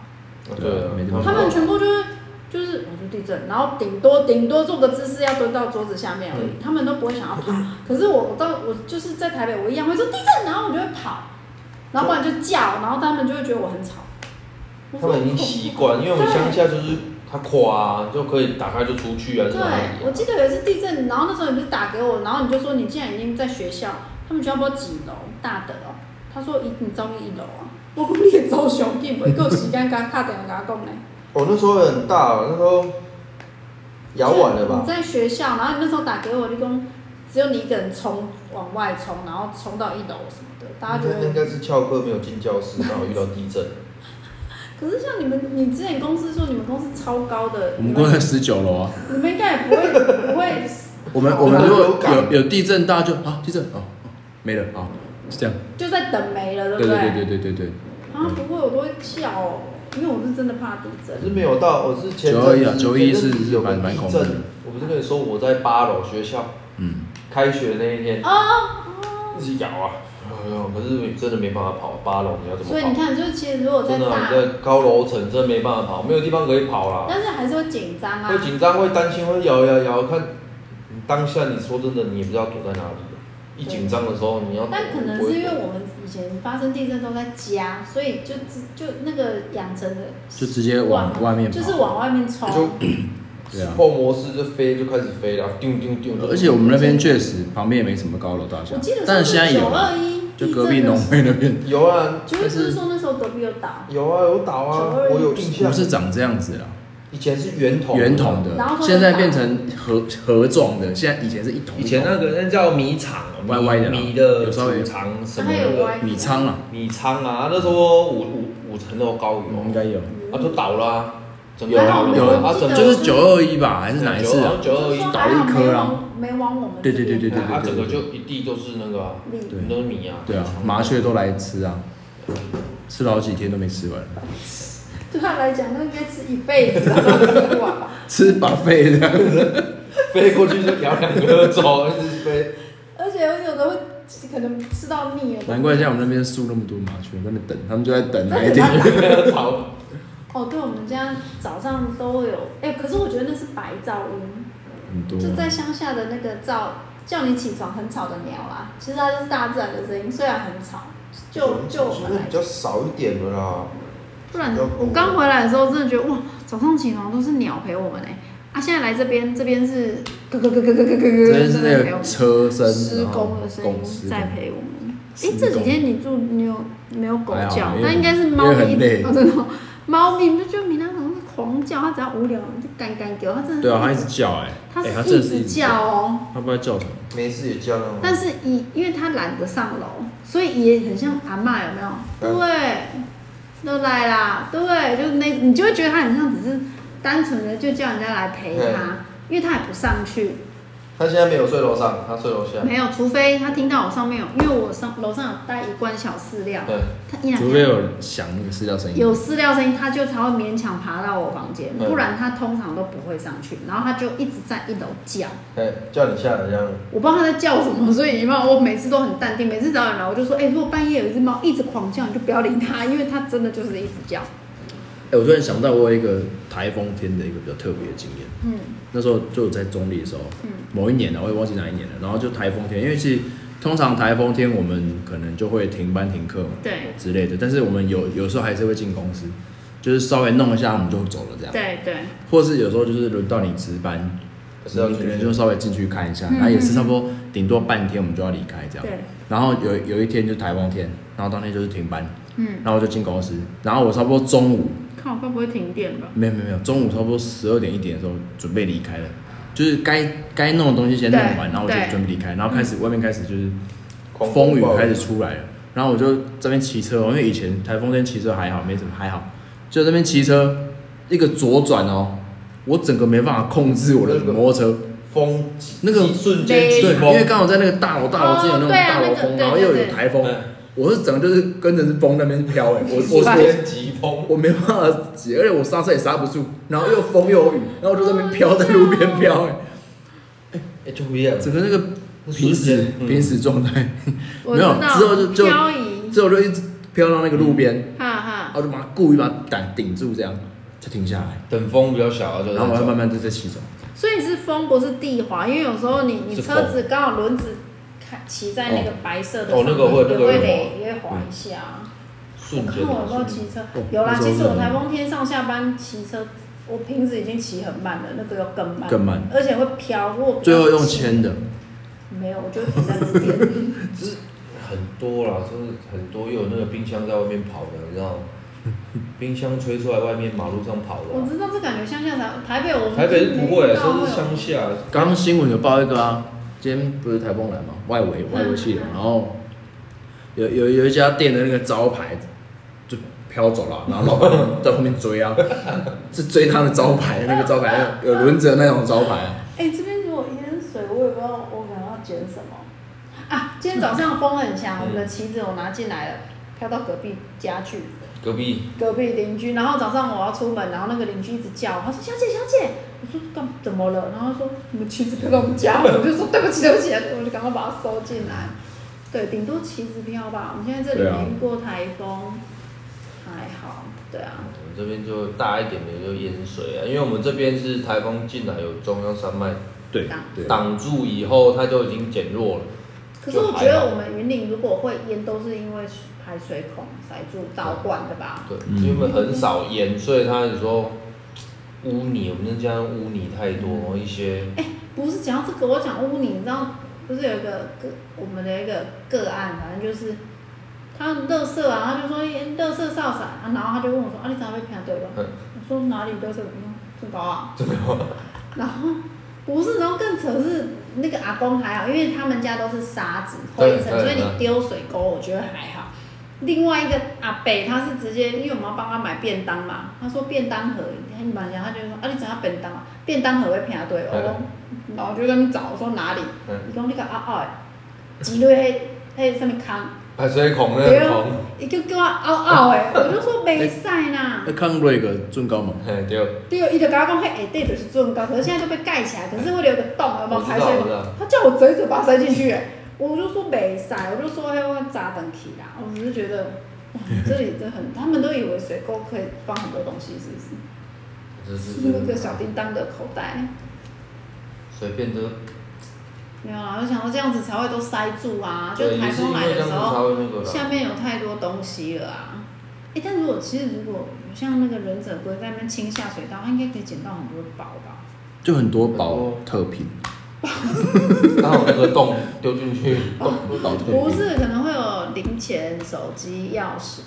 Speaker 1: 对啊没地方
Speaker 2: 他们全部就是就是我就地震，然后顶多顶多做个姿势要蹲到桌子下面而已，他们都不会想要跑。可是我到我就是在台北，我一样会说地震，然后我就会跑，然后不然就叫，然后他们就会觉得我很吵。我
Speaker 3: 他
Speaker 2: 说
Speaker 3: 们已经习惯，因为我们
Speaker 2: 对
Speaker 3: 乡下就是他垮啊，就可以打开就出去啊，就哪
Speaker 2: 对，我
Speaker 3: 里
Speaker 2: 记得有一次地震，然后那时候你不是打给我，然后你就说你竟然已经在学校，他们学校不知道几楼，大的哦。他说一你走去一楼啊，我讲你会走上去无？伊有时间甲我打电话甲我讲呢。
Speaker 3: 我哦那时候很大，那时候摇完了吧
Speaker 2: 你？在学校，然后你那时候打给我，你讲只有你一个人冲往外冲，然后冲到一楼什么的，大家觉
Speaker 3: 应
Speaker 2: 得。
Speaker 3: 该是翘课没有进教室，刚好遇到地 震。
Speaker 2: 可是像你们，你之前公司说你们公司超高的，
Speaker 1: 我
Speaker 2: 你
Speaker 1: 们
Speaker 2: 们
Speaker 1: 过在十九楼啊。
Speaker 2: 你们应该也不会不会。
Speaker 1: 我们我们如
Speaker 3: 哦有
Speaker 1: 果
Speaker 3: 感
Speaker 1: 有有地震，大家就啊地震啊没了啊，是这样。
Speaker 2: 就在等没了，
Speaker 1: 对
Speaker 2: 对不
Speaker 1: 对对对对对，
Speaker 2: 啊，不会，我都会叫哦，因为我是真的怕地震
Speaker 3: 可。是没有到，我是前阵
Speaker 1: 921啊
Speaker 3: 子
Speaker 1: 921
Speaker 3: 前阵子
Speaker 1: 是
Speaker 3: 有个
Speaker 1: 蛮蛮
Speaker 3: 地
Speaker 1: 恐怖的
Speaker 3: 震，我不是跟你说我在八楼学校
Speaker 1: 嗯，
Speaker 3: 开学那一天
Speaker 2: 哦
Speaker 3: 一直摇啊，哎呦可是真的没办法跑，八楼你要怎么
Speaker 2: 所以你
Speaker 3: 跑？
Speaker 2: 看，就是其实如果在
Speaker 3: 真的啊
Speaker 2: 大
Speaker 3: 你，在高楼层真的没办法跑，没有地方可以跑啦。
Speaker 2: 但是还是会紧张啊
Speaker 3: 会。紧张，会担心，会摇摇摇，看你当下你说真的，你也不知道躲在哪里。一紧张的时候，你要躲
Speaker 2: 但可能
Speaker 3: 不会
Speaker 2: 是因为
Speaker 3: 躲
Speaker 2: 我们以前发生地震都在家，所以就自就那个养成的
Speaker 1: 就直接往
Speaker 2: 习惯
Speaker 1: 外面跑
Speaker 2: 就是往外面冲。
Speaker 1: 对
Speaker 3: 就
Speaker 1: 啊
Speaker 3: 破模式就飞就开始飞了，丢丢丢。
Speaker 1: 而且我们那边确实旁边也没什么高楼大厦
Speaker 2: 我记得，
Speaker 1: 但
Speaker 2: 是
Speaker 1: 是现在有
Speaker 2: 九
Speaker 1: 了
Speaker 2: 二，一，
Speaker 1: 就隔壁农会那边
Speaker 3: 有啊
Speaker 2: 九
Speaker 1: 但
Speaker 2: 不
Speaker 1: 是
Speaker 2: 是说那时候隔壁有倒，
Speaker 3: 有啊有倒啊，
Speaker 2: 921
Speaker 3: 我有印
Speaker 1: 不
Speaker 3: 象。
Speaker 1: 是长这样子啦，啊
Speaker 3: 以前是圆筒，
Speaker 1: 圆筒
Speaker 2: 然
Speaker 1: 的
Speaker 2: 后，说
Speaker 1: 现在变成盒盒状的，现在以前是一桶一桶，
Speaker 3: 以前那个那叫米厂，
Speaker 1: 歪歪的啦
Speaker 3: 米的
Speaker 1: 有稍微
Speaker 3: 储藏什
Speaker 2: 它
Speaker 3: 么
Speaker 2: 还有
Speaker 3: 的
Speaker 2: 歪
Speaker 1: 米仓啊，
Speaker 3: 米仓啊，那时候五五五层楼高有
Speaker 1: 应
Speaker 3: 哦，
Speaker 1: 该有，
Speaker 3: 啊都倒了啊，整个
Speaker 1: 有
Speaker 3: 倒了
Speaker 1: 有
Speaker 3: 啊，整
Speaker 2: 对
Speaker 1: 就
Speaker 3: 个
Speaker 1: 是九二一吧，还是哪一次啊？
Speaker 3: 九二一
Speaker 2: 就说
Speaker 1: 倒了一颗啊
Speaker 2: 没往，没往我们
Speaker 1: 对对对对对
Speaker 3: 啊，整个就一地都是那个啊，
Speaker 2: 对
Speaker 1: 对
Speaker 3: 都是米啊，
Speaker 1: 对啊
Speaker 3: 米，仓
Speaker 1: 麻雀都来吃啊，吃了好几天都没吃完，
Speaker 2: 对他来讲，那应该吃一辈子才能吃完吧。
Speaker 1: 吃饱费的。
Speaker 3: 飞过去就摇两个走，一直飞。
Speaker 2: 而且有的会可能吃到腻了。
Speaker 1: 难怪像我们那边树那么多麻雀，在那边等，他们就在等哪一
Speaker 2: 真的
Speaker 1: 天
Speaker 2: 吗。
Speaker 3: 好，
Speaker 2: 哦，对，我们家早上都有，哎、可是我觉得那是白噪音，
Speaker 1: 很多
Speaker 2: 就在乡下的那个噪，叫你起床很吵的鸟啦，其实它就是大自然的声音，虽然很吵，就就我们来讲，
Speaker 3: 少一点的啦。
Speaker 2: 不然我刚回来的时候真的觉得哇，早上起床都是鸟陪我们哎、啊，现在来这边，这边是咯咯咯咯咯咯
Speaker 1: 这
Speaker 2: 咯咯，
Speaker 1: 边是那
Speaker 2: 在陪我
Speaker 1: 个
Speaker 2: 们
Speaker 1: 车声，
Speaker 2: 施
Speaker 1: 然后
Speaker 2: 工的声音
Speaker 1: 公司
Speaker 2: 在陪我们。哎、
Speaker 1: 施工
Speaker 2: 这几天你住你有没有狗
Speaker 1: 还
Speaker 2: 叫
Speaker 1: 好？没有
Speaker 2: 那应该是猫
Speaker 1: 因为
Speaker 2: 咪，
Speaker 1: 很累
Speaker 2: 哦真的哦，猫咪就就米娜可能会狂叫，它只要无聊你就干干叫，它真的是
Speaker 1: 对啊，它一直叫哎、
Speaker 2: 它
Speaker 1: 哎、
Speaker 2: 是
Speaker 1: 它真的是
Speaker 2: 直叫，哦，
Speaker 1: 它不知道叫什么。
Speaker 3: 没事也啊叫那种
Speaker 2: 但是以因为它懒得上楼，所以也很像阿嬷有没有？
Speaker 3: 嗯
Speaker 2: 对，都来啦，对，就那你就会觉得它很像只是单纯的就叫人家来陪
Speaker 3: 嗯
Speaker 2: 它，因为它也不上去，
Speaker 3: 他现在没有睡楼上，他睡楼下。
Speaker 2: 没有，除非他听到我上面有，因为我上楼上有带一罐小饲料，
Speaker 3: 对，
Speaker 2: 他一来
Speaker 1: 除非有响那个饲料声音，
Speaker 2: 有饲料声音，他就才会勉强爬到我房间，
Speaker 3: 嗯
Speaker 2: 不然他通常都不会上去，然后他就一直在一楼叫，
Speaker 3: 哎，叫你下来这样。
Speaker 2: 我不知道他在叫什么，所以你知道我每次都很淡定，每次找你来我就说，哎、如果半夜有一只猫一直狂叫，你就不要理它，因为它真的就是一直叫，
Speaker 1: 哎、我突然想到，我有一个台风天的一个比较特别的经验。
Speaker 2: 嗯
Speaker 1: 那时候就在中立的时候，
Speaker 2: 嗯
Speaker 1: 某一年啊了，我也忘记哪一年了。然后就台风天，因为其实通常台风天我们可能就会停班停课嘛
Speaker 2: 对
Speaker 1: 之类的，但是我们有有时候还是会进公司，就是稍微弄一下我们就走了这样。
Speaker 2: 对对，
Speaker 1: 或是有时候就是轮到你值班，
Speaker 3: 可是要
Speaker 1: 你
Speaker 3: 进
Speaker 1: 可
Speaker 3: 去
Speaker 1: 能就稍微进去看一下，
Speaker 2: 嗯
Speaker 1: 然后也是差不多顶多半天我们就要离开这样。
Speaker 2: 对，
Speaker 1: 然后有有一天就台风天，然后当天就是停班，
Speaker 2: 嗯，
Speaker 1: 然后我就进公司，然后我差不多中午
Speaker 2: 看我会不会停电吧，
Speaker 1: 没有没有没有，中午差不多十二点一点的时候准备离开了，就是该该弄的东西先弄完，
Speaker 2: 对
Speaker 1: 然后我就
Speaker 2: 对嗯
Speaker 1: 准备离开，然后开始外面开始就是
Speaker 3: 狂
Speaker 1: 风雨
Speaker 3: 暴雨
Speaker 1: 开始出来了，然后我就这边骑车哦，因为以前台风天骑车还好，没什么还好，就这边骑车一个左转哦，我整个没办法控制我的摩托车，
Speaker 3: 风
Speaker 1: 那个
Speaker 3: 瞬间
Speaker 2: 对
Speaker 3: 起
Speaker 1: 对，
Speaker 3: 风，
Speaker 1: 因为刚好在那个大楼大楼之前有那种
Speaker 2: 哦对啊
Speaker 1: 大楼风，
Speaker 2: 那个
Speaker 1: 然后
Speaker 2: 对
Speaker 1: 又
Speaker 2: 对
Speaker 1: 有
Speaker 2: 对
Speaker 1: 台风，
Speaker 3: 嗯
Speaker 1: 我是整个就是跟着是风那边飘哎、 我我
Speaker 3: 瞬
Speaker 1: 我
Speaker 3: 间疾风，
Speaker 1: 我没办法挤，而且我刹车也刹不住，然后又风又雨，然后我就在那边飘，在路边飘， 哎，
Speaker 3: 哎，就不一样了。
Speaker 1: 整个那个
Speaker 3: 瞬
Speaker 1: 濒死
Speaker 3: 间嗯
Speaker 1: 濒死状态，
Speaker 2: 我
Speaker 1: 没
Speaker 2: 知
Speaker 1: 有之后就
Speaker 2: 道，
Speaker 1: 就
Speaker 2: 漂移，
Speaker 1: 之后就一直飘到那个路边，
Speaker 2: 哈
Speaker 1: 然
Speaker 2: 哈，
Speaker 1: 后啊就把它故意把它挡顶住，这样才停下来，
Speaker 3: 等风比较小啊，就是
Speaker 1: 然后我要慢慢就再骑走。
Speaker 2: 所以是风不是地滑，因为有时候你你
Speaker 3: 是
Speaker 2: 车子刚好轮子开骑在那个白色的上
Speaker 3: 哦哦
Speaker 2: 面，
Speaker 3: 那个会
Speaker 2: 也
Speaker 3: 那个会
Speaker 2: 会
Speaker 3: 滑
Speaker 2: 累，也会滑一下。啊
Speaker 3: 瞬
Speaker 2: 看
Speaker 3: 间
Speaker 2: 我有没有
Speaker 3: 啊。瞬
Speaker 2: 骑车
Speaker 1: 哦，
Speaker 2: 有啦。
Speaker 1: 那时候
Speaker 2: 其实我
Speaker 1: 是
Speaker 2: 台风天上下班骑车，我平时已经骑很慢了，那个要更慢，
Speaker 1: 更慢
Speaker 2: 而且会飘。如果
Speaker 1: 最后用牵的，
Speaker 2: 没有，我就停在路边。
Speaker 3: 很多啦，真的很多，又有那个冰箱在外面跑的，你 知道吗？冰箱吹出来外面马路上跑的
Speaker 2: 我
Speaker 3: 啊。
Speaker 2: 知道这感觉乡下台台北，我们
Speaker 3: 台北是不会，
Speaker 2: 没遇
Speaker 3: 这
Speaker 2: 到啊
Speaker 3: 是乡下。
Speaker 1: 刚刚新闻有报一个啊，今天不是台风来嘛，外围外围
Speaker 3: 嗯
Speaker 1: 气流，然后有有有一家店的那个招牌就飘走 了，然后老板在后面追啊，是追他的招牌，那个招牌有轮子的那种招牌啊。
Speaker 2: 哎、这边如果淹水，我也不知道我可能要捡什么。啊，今天早上风很强，我们
Speaker 3: 嗯
Speaker 2: 的旗子我拿进来了，飘到隔壁家去。
Speaker 3: 隔壁
Speaker 2: 隔壁邻居，然后早上我要出门，然后那个邻居一直叫我，他说小姐小姐，我说干怎么了？然后他说你们旗子飘到我们家， 我就说对不起对不起，我就赶快把它收进来。对，顶多旗子飘吧，我们现在这里
Speaker 1: 对啊
Speaker 2: 没遇过台风，还好，对啊
Speaker 3: 我，们这边就大一点的就淹水啊，因为我们这边是台风进来有中央山脉
Speaker 1: 对对，
Speaker 3: 挡住以后，它就已经减弱了。
Speaker 2: 可是我觉得我们云林如果会淹，都是因为排水孔塞住导管的吧？
Speaker 3: 对，
Speaker 1: 嗯
Speaker 3: 因为很少淹，所以它有时候污泥，我们家污泥太多，一些
Speaker 2: 哎不是讲到这个，我讲污泥，你知道，不是有一个个我们的一个个案，反正就是他哎乐色啊，他就说乐色少散啊，然后他就问我说啊，你怎么被骗对吧？
Speaker 3: 嗯
Speaker 2: 我说哪里乐色没用，这么高啊？ 然后不是，然后更扯是那个阿公还好，因为他们家都是沙子灰
Speaker 3: 对
Speaker 2: 尘，
Speaker 3: 对
Speaker 2: 所以你
Speaker 3: 对
Speaker 2: 丢水沟我觉得还好。另外一个阿北他是直接，因为我们要帮他买便当嘛，他说便当盒，你买讲他就说啊你怎样便当啊？便当盒会偏对，我说，然后我就跟你找，我说哪里？
Speaker 3: 嗯
Speaker 2: 伊讲你个哦欸阿奥的， 挤落迄迄什物坑，
Speaker 3: 排水孔那
Speaker 2: 对
Speaker 3: 个
Speaker 2: 哦
Speaker 3: 孔，，
Speaker 2: 伊就叫我凹凹的，欸我就说 袂使啦
Speaker 1: 那。看瑞个尊高嘛，
Speaker 3: 嘿对，
Speaker 2: 对，伊就跟我讲，迄下底就是准高，可是现在都被盖起来，可是会留个洞，有没有
Speaker 3: 我知
Speaker 2: 排
Speaker 3: 道
Speaker 2: 水
Speaker 3: 我
Speaker 2: 孔
Speaker 3: 知道？
Speaker 2: 他叫我嘴嘴把它塞进去，哎我就说袂使，我就说要砸等起啦，我只是觉得。哇，这里真的很，他们都以为水沟可以放很多东西，是不是？
Speaker 3: 就是
Speaker 2: 那个小叮当的口袋，
Speaker 3: 随便都
Speaker 2: 没有啊啦，我想说这样子才会都塞住啊，就
Speaker 3: 对
Speaker 2: 台
Speaker 3: 也是
Speaker 2: 风
Speaker 3: 因
Speaker 2: 来
Speaker 3: 为这
Speaker 2: 的
Speaker 3: 样
Speaker 2: 时
Speaker 3: 子
Speaker 2: 候
Speaker 3: 才，会那个啦
Speaker 2: 下面有太多东西了啊！哎、但如果其实如果像那个忍者龟在那边清下水道，它应该可以捡到很多宝吧？
Speaker 1: 就很多
Speaker 3: 很
Speaker 1: 宝
Speaker 3: 多
Speaker 1: 特品，
Speaker 3: 刚好那个洞丢进去， 洞
Speaker 1: 宝特
Speaker 2: 不
Speaker 1: 品。
Speaker 2: 是，可能会有零钱、手机、钥匙，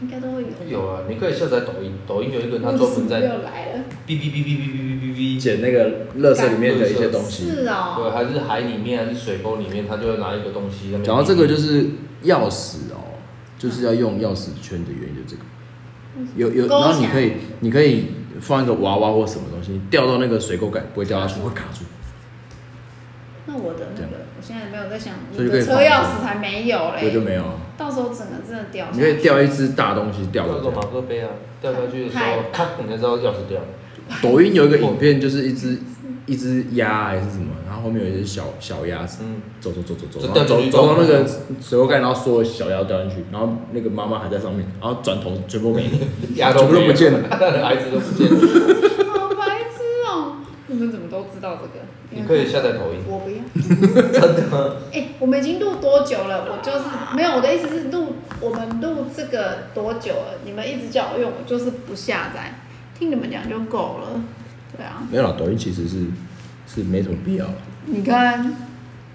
Speaker 2: 应该都会有。
Speaker 3: 有啊，你可以下载抖音，抖音有一个人他
Speaker 2: 为什
Speaker 3: 专
Speaker 2: 么
Speaker 3: 门在
Speaker 2: 又来了，
Speaker 3: 哔哔哔哔哔哔哔哔哔，
Speaker 1: 捡那个垃圾里面的一些东西。
Speaker 2: 是
Speaker 3: 对，
Speaker 2: 哦，
Speaker 3: 还是海里面还是水沟里面，他就会拿一个东西在那边。
Speaker 1: 讲到这个，就是钥匙哦，就是要用钥匙圈的原因就这个，有有，
Speaker 2: 勾
Speaker 1: 然
Speaker 2: 起来
Speaker 1: 后你可以你可以放一个娃娃或什么东西，你掉到那个水沟盖不会掉下去，会卡住。
Speaker 2: 那我的那
Speaker 1: 对
Speaker 2: 个，我现在没有在想，
Speaker 1: 所以就
Speaker 2: 你
Speaker 1: 可
Speaker 2: 的
Speaker 1: 以
Speaker 2: 车钥匙还没有
Speaker 1: 我就
Speaker 2: 嘞，
Speaker 1: 没有啊，
Speaker 2: 到时候整个真的掉下
Speaker 1: 你
Speaker 2: 去。
Speaker 1: 可以掉一只大东西掉
Speaker 3: 那
Speaker 1: 到
Speaker 3: 个
Speaker 1: 这
Speaker 3: 马
Speaker 1: 样。
Speaker 3: 克杯啊，掉下去的时候
Speaker 2: 太，
Speaker 3: 咔，你就知道钥匙掉了。
Speaker 1: 抖音有一个影片，就是一只一只鸭还是什么，然后后面有一只小小鸭子。
Speaker 3: 嗯，
Speaker 1: 走走走走走，
Speaker 3: 就
Speaker 1: 然
Speaker 3: 掉
Speaker 1: 后走
Speaker 3: 进去嗯
Speaker 1: 走到那个
Speaker 3: 撞
Speaker 1: 水沟盖，然后所有小鸭掉进去，然后那个妈妈还在上面，然后转头全部 没了，
Speaker 3: 牙
Speaker 1: 全部都不见 了。
Speaker 3: 了，孩子都不见了。
Speaker 2: 好白痴哦！你们怎么都知道这个？
Speaker 1: 嗯
Speaker 3: 你可以下载抖音，
Speaker 2: 我不 要。
Speaker 3: 真的吗？
Speaker 2: 哎、我们已经录多久了？我就是没有我的意思是录我们录这个多久了？你们一直叫我用，我就是不下载，听你们讲就够了。对啊，
Speaker 1: 没有啦，抖音其实是是没什么必要啦
Speaker 2: 你看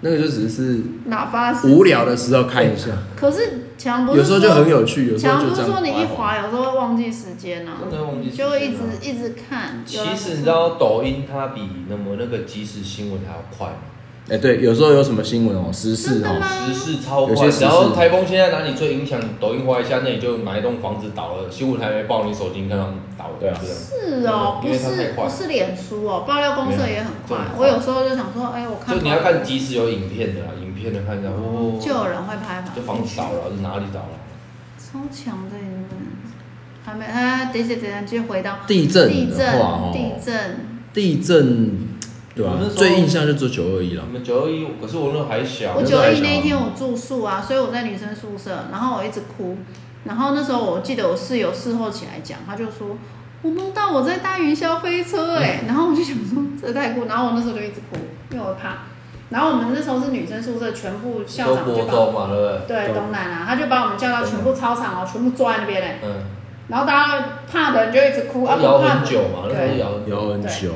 Speaker 1: 那个就只是
Speaker 2: 哪发是？
Speaker 1: 无聊的时候看一下，
Speaker 2: 可是强不是
Speaker 1: 有时候就
Speaker 2: 说
Speaker 1: 很有趣，有时
Speaker 2: 强
Speaker 1: 候
Speaker 2: 不
Speaker 1: 就是这样
Speaker 2: 说你一
Speaker 1: 滑
Speaker 2: 滑，有时候会忘记时间呢、
Speaker 3: 真的忘记时间
Speaker 2: 就
Speaker 3: 了
Speaker 2: 会一直一直看。有啊
Speaker 3: 其
Speaker 2: 人
Speaker 3: 实你知道抖音它比那么那个即时新闻还要快吗？
Speaker 1: 哎、对，有时候有什么新闻哦，时事
Speaker 2: 真的
Speaker 1: 哦，
Speaker 2: 吗
Speaker 3: 时事超
Speaker 1: 有些
Speaker 3: 快，
Speaker 1: 时事
Speaker 3: 然后台风现在哪里最影响？抖音滑一下，那你就哪一栋房子倒了，新闻还没报，你手机看到倒了，
Speaker 1: 对啊
Speaker 3: 这样
Speaker 2: 是哦，不
Speaker 3: 呃因为它
Speaker 2: 是
Speaker 3: 太快
Speaker 2: 不是脸书哦，爆料公社也很快我
Speaker 3: 没有这。很快
Speaker 2: 有时候就想说，哎、我看
Speaker 3: 就你要看即时有影片的啦，影片的看一下，哦，
Speaker 2: 就有人会拍嘛。
Speaker 3: 这房子倒了，是哪里倒了？
Speaker 2: 超强的你们，还没啊？等一下，等一下，就回到
Speaker 1: 地震
Speaker 2: 地震
Speaker 1: 的话哦，，
Speaker 2: 地震。
Speaker 1: 地震，对吧、
Speaker 3: 我那时候
Speaker 1: 最印象就做九二一啦
Speaker 3: 你，们九二一，可是我那时候还小，
Speaker 1: 那
Speaker 2: 我九
Speaker 1: 时候
Speaker 2: 二
Speaker 1: 还
Speaker 2: 一
Speaker 1: 小
Speaker 2: 那一天我住宿啊，所以我在女生宿舍，然后我一直哭，然后那时候我记得我室友事后起来讲，他就说。我梦到我在搭云霄飞车哎、
Speaker 3: 嗯
Speaker 2: 然后我就想说这太酷，然后我那时候就一直哭，因为我怕。然后我们那时候是女生宿舍，全部校
Speaker 3: 都
Speaker 2: 长就
Speaker 3: 播
Speaker 2: 把我
Speaker 3: 种嘛，对不对？
Speaker 2: 对东南啊，他就把我们叫到全部操场哦，全部坐在那边嘞、
Speaker 3: 嗯，
Speaker 2: 然后大家怕的人就一直哭，啊不
Speaker 3: 摇
Speaker 2: 怕
Speaker 3: 很
Speaker 2: 的
Speaker 3: 久嘛，那时候
Speaker 2: 对
Speaker 3: 摇很久，
Speaker 1: 摇很久，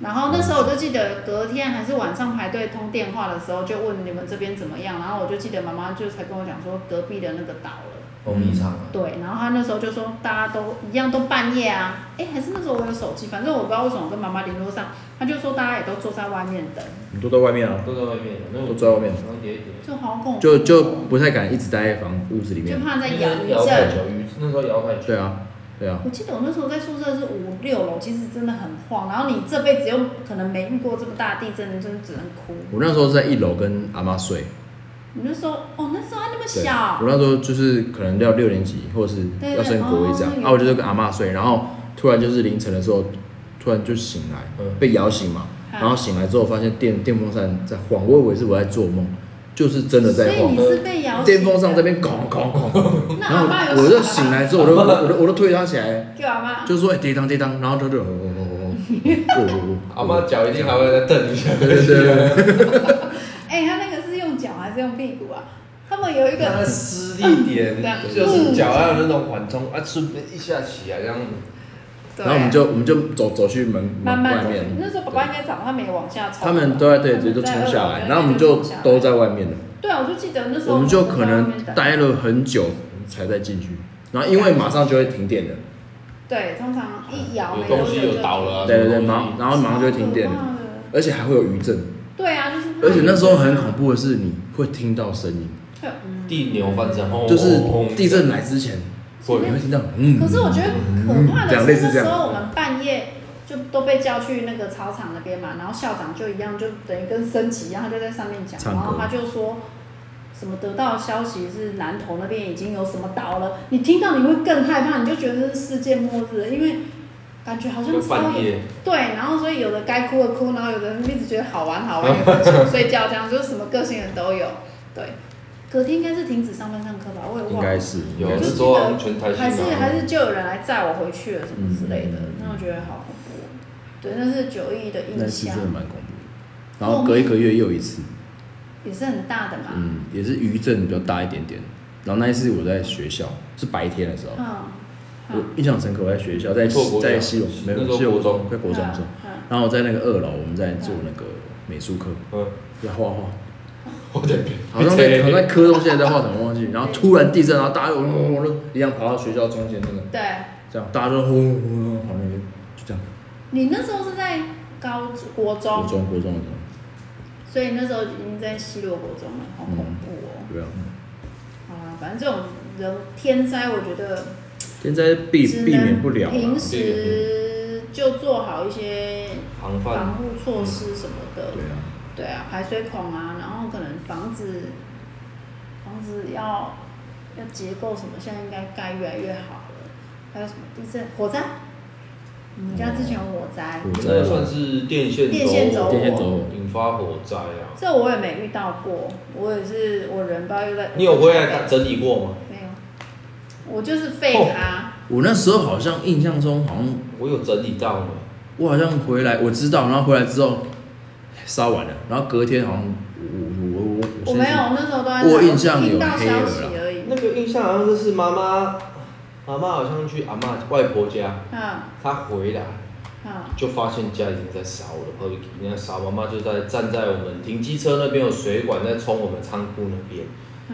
Speaker 2: 然后那时候我就记得隔天还是晚上排队通电话的时候，就问你们这边怎么样，然后我就记得妈妈就才跟我讲说隔壁的那个倒了，
Speaker 3: 红米厂啊，
Speaker 2: 对，然后她那时候就说大家都一样都半夜啊，哎还是那时候我有手机，反正我不知道为什么我跟妈妈联络上，她就说大家也都坐在外面等，
Speaker 1: 你都在外面啊，
Speaker 3: 都在外面，那
Speaker 1: 都在外面
Speaker 3: 然后叠一叠，
Speaker 2: 就好恐怖哦，
Speaker 1: 就就不太敢一直待在房屋子里面
Speaker 2: 就，怕在
Speaker 3: 因
Speaker 2: 摇
Speaker 3: 为
Speaker 2: 一
Speaker 3: 摇太久
Speaker 2: 阵。，
Speaker 3: 那时候摇太久，
Speaker 1: 对啊，对啊，
Speaker 2: 我记得我那时候在宿舍是五六楼，其实真的很晃，然后你这辈子又可能没遇过这么大地震，你真的只能哭。
Speaker 1: 我那时候是在一楼跟阿妈睡，
Speaker 2: 你那时候哦，那时候还那么
Speaker 1: 对，
Speaker 2: 小
Speaker 1: 我，那时候就是可能要六年级，或者是要升国一这样
Speaker 2: 对对，哦
Speaker 1: 啊，我就是跟阿嬷睡，然后突然就是凌晨的时候，突然就醒来，
Speaker 3: 嗯
Speaker 1: 被摇醒嘛，
Speaker 2: 嗯
Speaker 1: 然后醒来之后发现电电风扇在晃，我以为是我在做梦，就是真的在
Speaker 2: 所以
Speaker 1: 晃
Speaker 2: 你，是被摇醒的
Speaker 1: 电风扇这，边哐哐哐，
Speaker 2: 那
Speaker 1: 然
Speaker 2: 阿
Speaker 1: 后
Speaker 2: 妈有
Speaker 1: 我就醒来之后，我就我就我就推他起来，
Speaker 2: 叫阿妈，
Speaker 1: 就说哎跌当跌当，然后他就哦哦哦哦哦，
Speaker 3: 阿妈脚一定还会再蹬一下，
Speaker 1: 对对对对对，
Speaker 2: 哎、他那个是用脚还是用屁股啊？他们有一
Speaker 3: 让它
Speaker 2: 个，
Speaker 3: 施力点
Speaker 2: 这样，
Speaker 3: 就是脚要有那种缓冲啊，顺便一下起来这样。
Speaker 2: 对
Speaker 1: 然后我们就我们就走走去门
Speaker 2: 慢
Speaker 1: 门
Speaker 2: 慢
Speaker 1: 外
Speaker 2: 走
Speaker 1: 面，。
Speaker 2: 那时候爸爸应该找他没往下冲吧，
Speaker 1: 他们都在对对就
Speaker 2: 他
Speaker 1: 冲
Speaker 2: 们在
Speaker 1: 下
Speaker 2: 二楼
Speaker 1: 来，然后我们就都。在外面了。
Speaker 2: 对啊，我就记得那时候
Speaker 1: 我们就可
Speaker 2: 在外面
Speaker 1: 能
Speaker 2: 等
Speaker 1: 待了很久才再进去，然后因为马上就会停电了，
Speaker 2: 对，通常一摇
Speaker 3: 有
Speaker 2: 没多
Speaker 3: 东西
Speaker 2: 久
Speaker 3: 有
Speaker 2: 就
Speaker 3: 倒了、啊，
Speaker 1: 对对对，
Speaker 3: 什么东
Speaker 1: 马
Speaker 3: 西
Speaker 1: 然后马上就会停电
Speaker 2: 超可怕
Speaker 1: 了，
Speaker 2: 的
Speaker 1: 而且还会有余震，
Speaker 2: 对啊，就是怕
Speaker 1: 而且那时候很恐
Speaker 2: 会
Speaker 1: 怖的是，你会听到声音，
Speaker 2: 有。嗯
Speaker 3: 地牛翻身，轰
Speaker 1: 就是
Speaker 3: 轰轰
Speaker 1: 地 震来之前，
Speaker 3: 会
Speaker 1: 你会听到，嗯，
Speaker 2: 可是我觉得可怕
Speaker 1: 嗯这样类
Speaker 2: 的
Speaker 1: 似这
Speaker 2: 是，那时
Speaker 1: 样
Speaker 2: 候我们半夜就都被叫去那个操场那边嘛，然后校长就一样，就等于跟升旗一样，他就在上面讲，
Speaker 1: 唱歌
Speaker 2: 然后他就说。什么得到的消息是南投那边已经有什么倒了，你听到你会更害怕，你就觉得是世界末日了，因为感觉好像
Speaker 3: 会
Speaker 2: 超
Speaker 3: 半
Speaker 2: 严
Speaker 3: 夜，
Speaker 2: 对，然后所以有的该哭的哭，然后有的人一直觉得好玩好玩， 有的人想睡觉这样，就是什么个性人都有。对，隔天应该是停止上班上课吧，我也
Speaker 1: 应
Speaker 2: 忘了
Speaker 1: 该。是
Speaker 3: 有
Speaker 1: 应该
Speaker 3: 那
Speaker 1: 是
Speaker 3: 时候好像全台
Speaker 2: 还是
Speaker 3: 新啊
Speaker 2: 还是就有人来载我回去了什么之类的
Speaker 1: 嗯，
Speaker 2: 那我觉得好恐怖哦。对，那是九一的
Speaker 1: 那
Speaker 2: 印
Speaker 1: 次
Speaker 2: 象
Speaker 1: 真的，蛮恐怖的，然后隔一个月又一次，
Speaker 2: 也是很大的嘛。
Speaker 1: 嗯，也是余震比较大一点点，然后那一次我在学校是白天的时候，
Speaker 2: 嗯，
Speaker 1: 我印象深刻，我在学校在
Speaker 3: 做国小
Speaker 1: 在西龙没
Speaker 3: 那时
Speaker 1: 有
Speaker 3: 候
Speaker 1: 西龙
Speaker 3: 国中
Speaker 1: 在国中的时候，
Speaker 2: 嗯嗯
Speaker 1: 然后我在那个二楼我们在做那个美术课，
Speaker 3: 嗯，
Speaker 1: 在画画。
Speaker 3: 我的
Speaker 1: 好像在好像在磕东西，还在画什么忘记，然后突然地震，然后大家就轰轰轰一样跑到学校中间那个，
Speaker 2: 嗯对，
Speaker 1: 这样大家就轰轰轰轰跑那边，就这样。
Speaker 2: 你那时候是在高国
Speaker 1: 国
Speaker 2: 中，
Speaker 1: 中国中的时
Speaker 2: 所以那时候已经在西罗国中了，好恐怖哦
Speaker 1: 候，。对啊，
Speaker 2: 好啦，反正这种人天灾，我觉得
Speaker 1: 天灾避
Speaker 2: 只
Speaker 1: 避免
Speaker 2: 能
Speaker 1: 不了啊，
Speaker 2: 平时就做好一些
Speaker 3: 防
Speaker 2: 防
Speaker 3: 范，
Speaker 2: 护措施什么的。
Speaker 1: 对啊，
Speaker 2: 对啊，排水孔啊，然后可能房子，房子要要结构什么，现在应该盖越来越好了。还有什么地震、火灾？我们家之前有火灾，
Speaker 1: 火
Speaker 3: 那
Speaker 1: 灾
Speaker 3: 算
Speaker 1: 啊
Speaker 3: 是电线
Speaker 2: 电线走火
Speaker 1: 电线走火
Speaker 3: 引发火灾啊。
Speaker 2: 这我也没遇到过。我也是，我人包又在。
Speaker 3: 你有回来整理过吗？
Speaker 2: 没有？我就是
Speaker 1: 哦
Speaker 2: 废咖，
Speaker 1: 我那时候好像印象中好像
Speaker 3: 我有整理到吗？
Speaker 1: 我好像回来我知道，然后回来之后烧完了，然后隔天好像我我我我
Speaker 2: 我
Speaker 1: 先
Speaker 2: 没有，那时候都在。
Speaker 1: 我印象有
Speaker 2: 听到
Speaker 1: 黑了
Speaker 2: 消
Speaker 1: 啦
Speaker 2: 息而已。
Speaker 3: 那个印象好像就是妈妈，妈妈好像去阿妈外婆家，
Speaker 2: 嗯
Speaker 3: 她回来
Speaker 2: 嗯
Speaker 3: 就发现家已经在烧了，然后已经在烧，妈妈就在站在我们停机车那边有水管在冲我们仓库那边，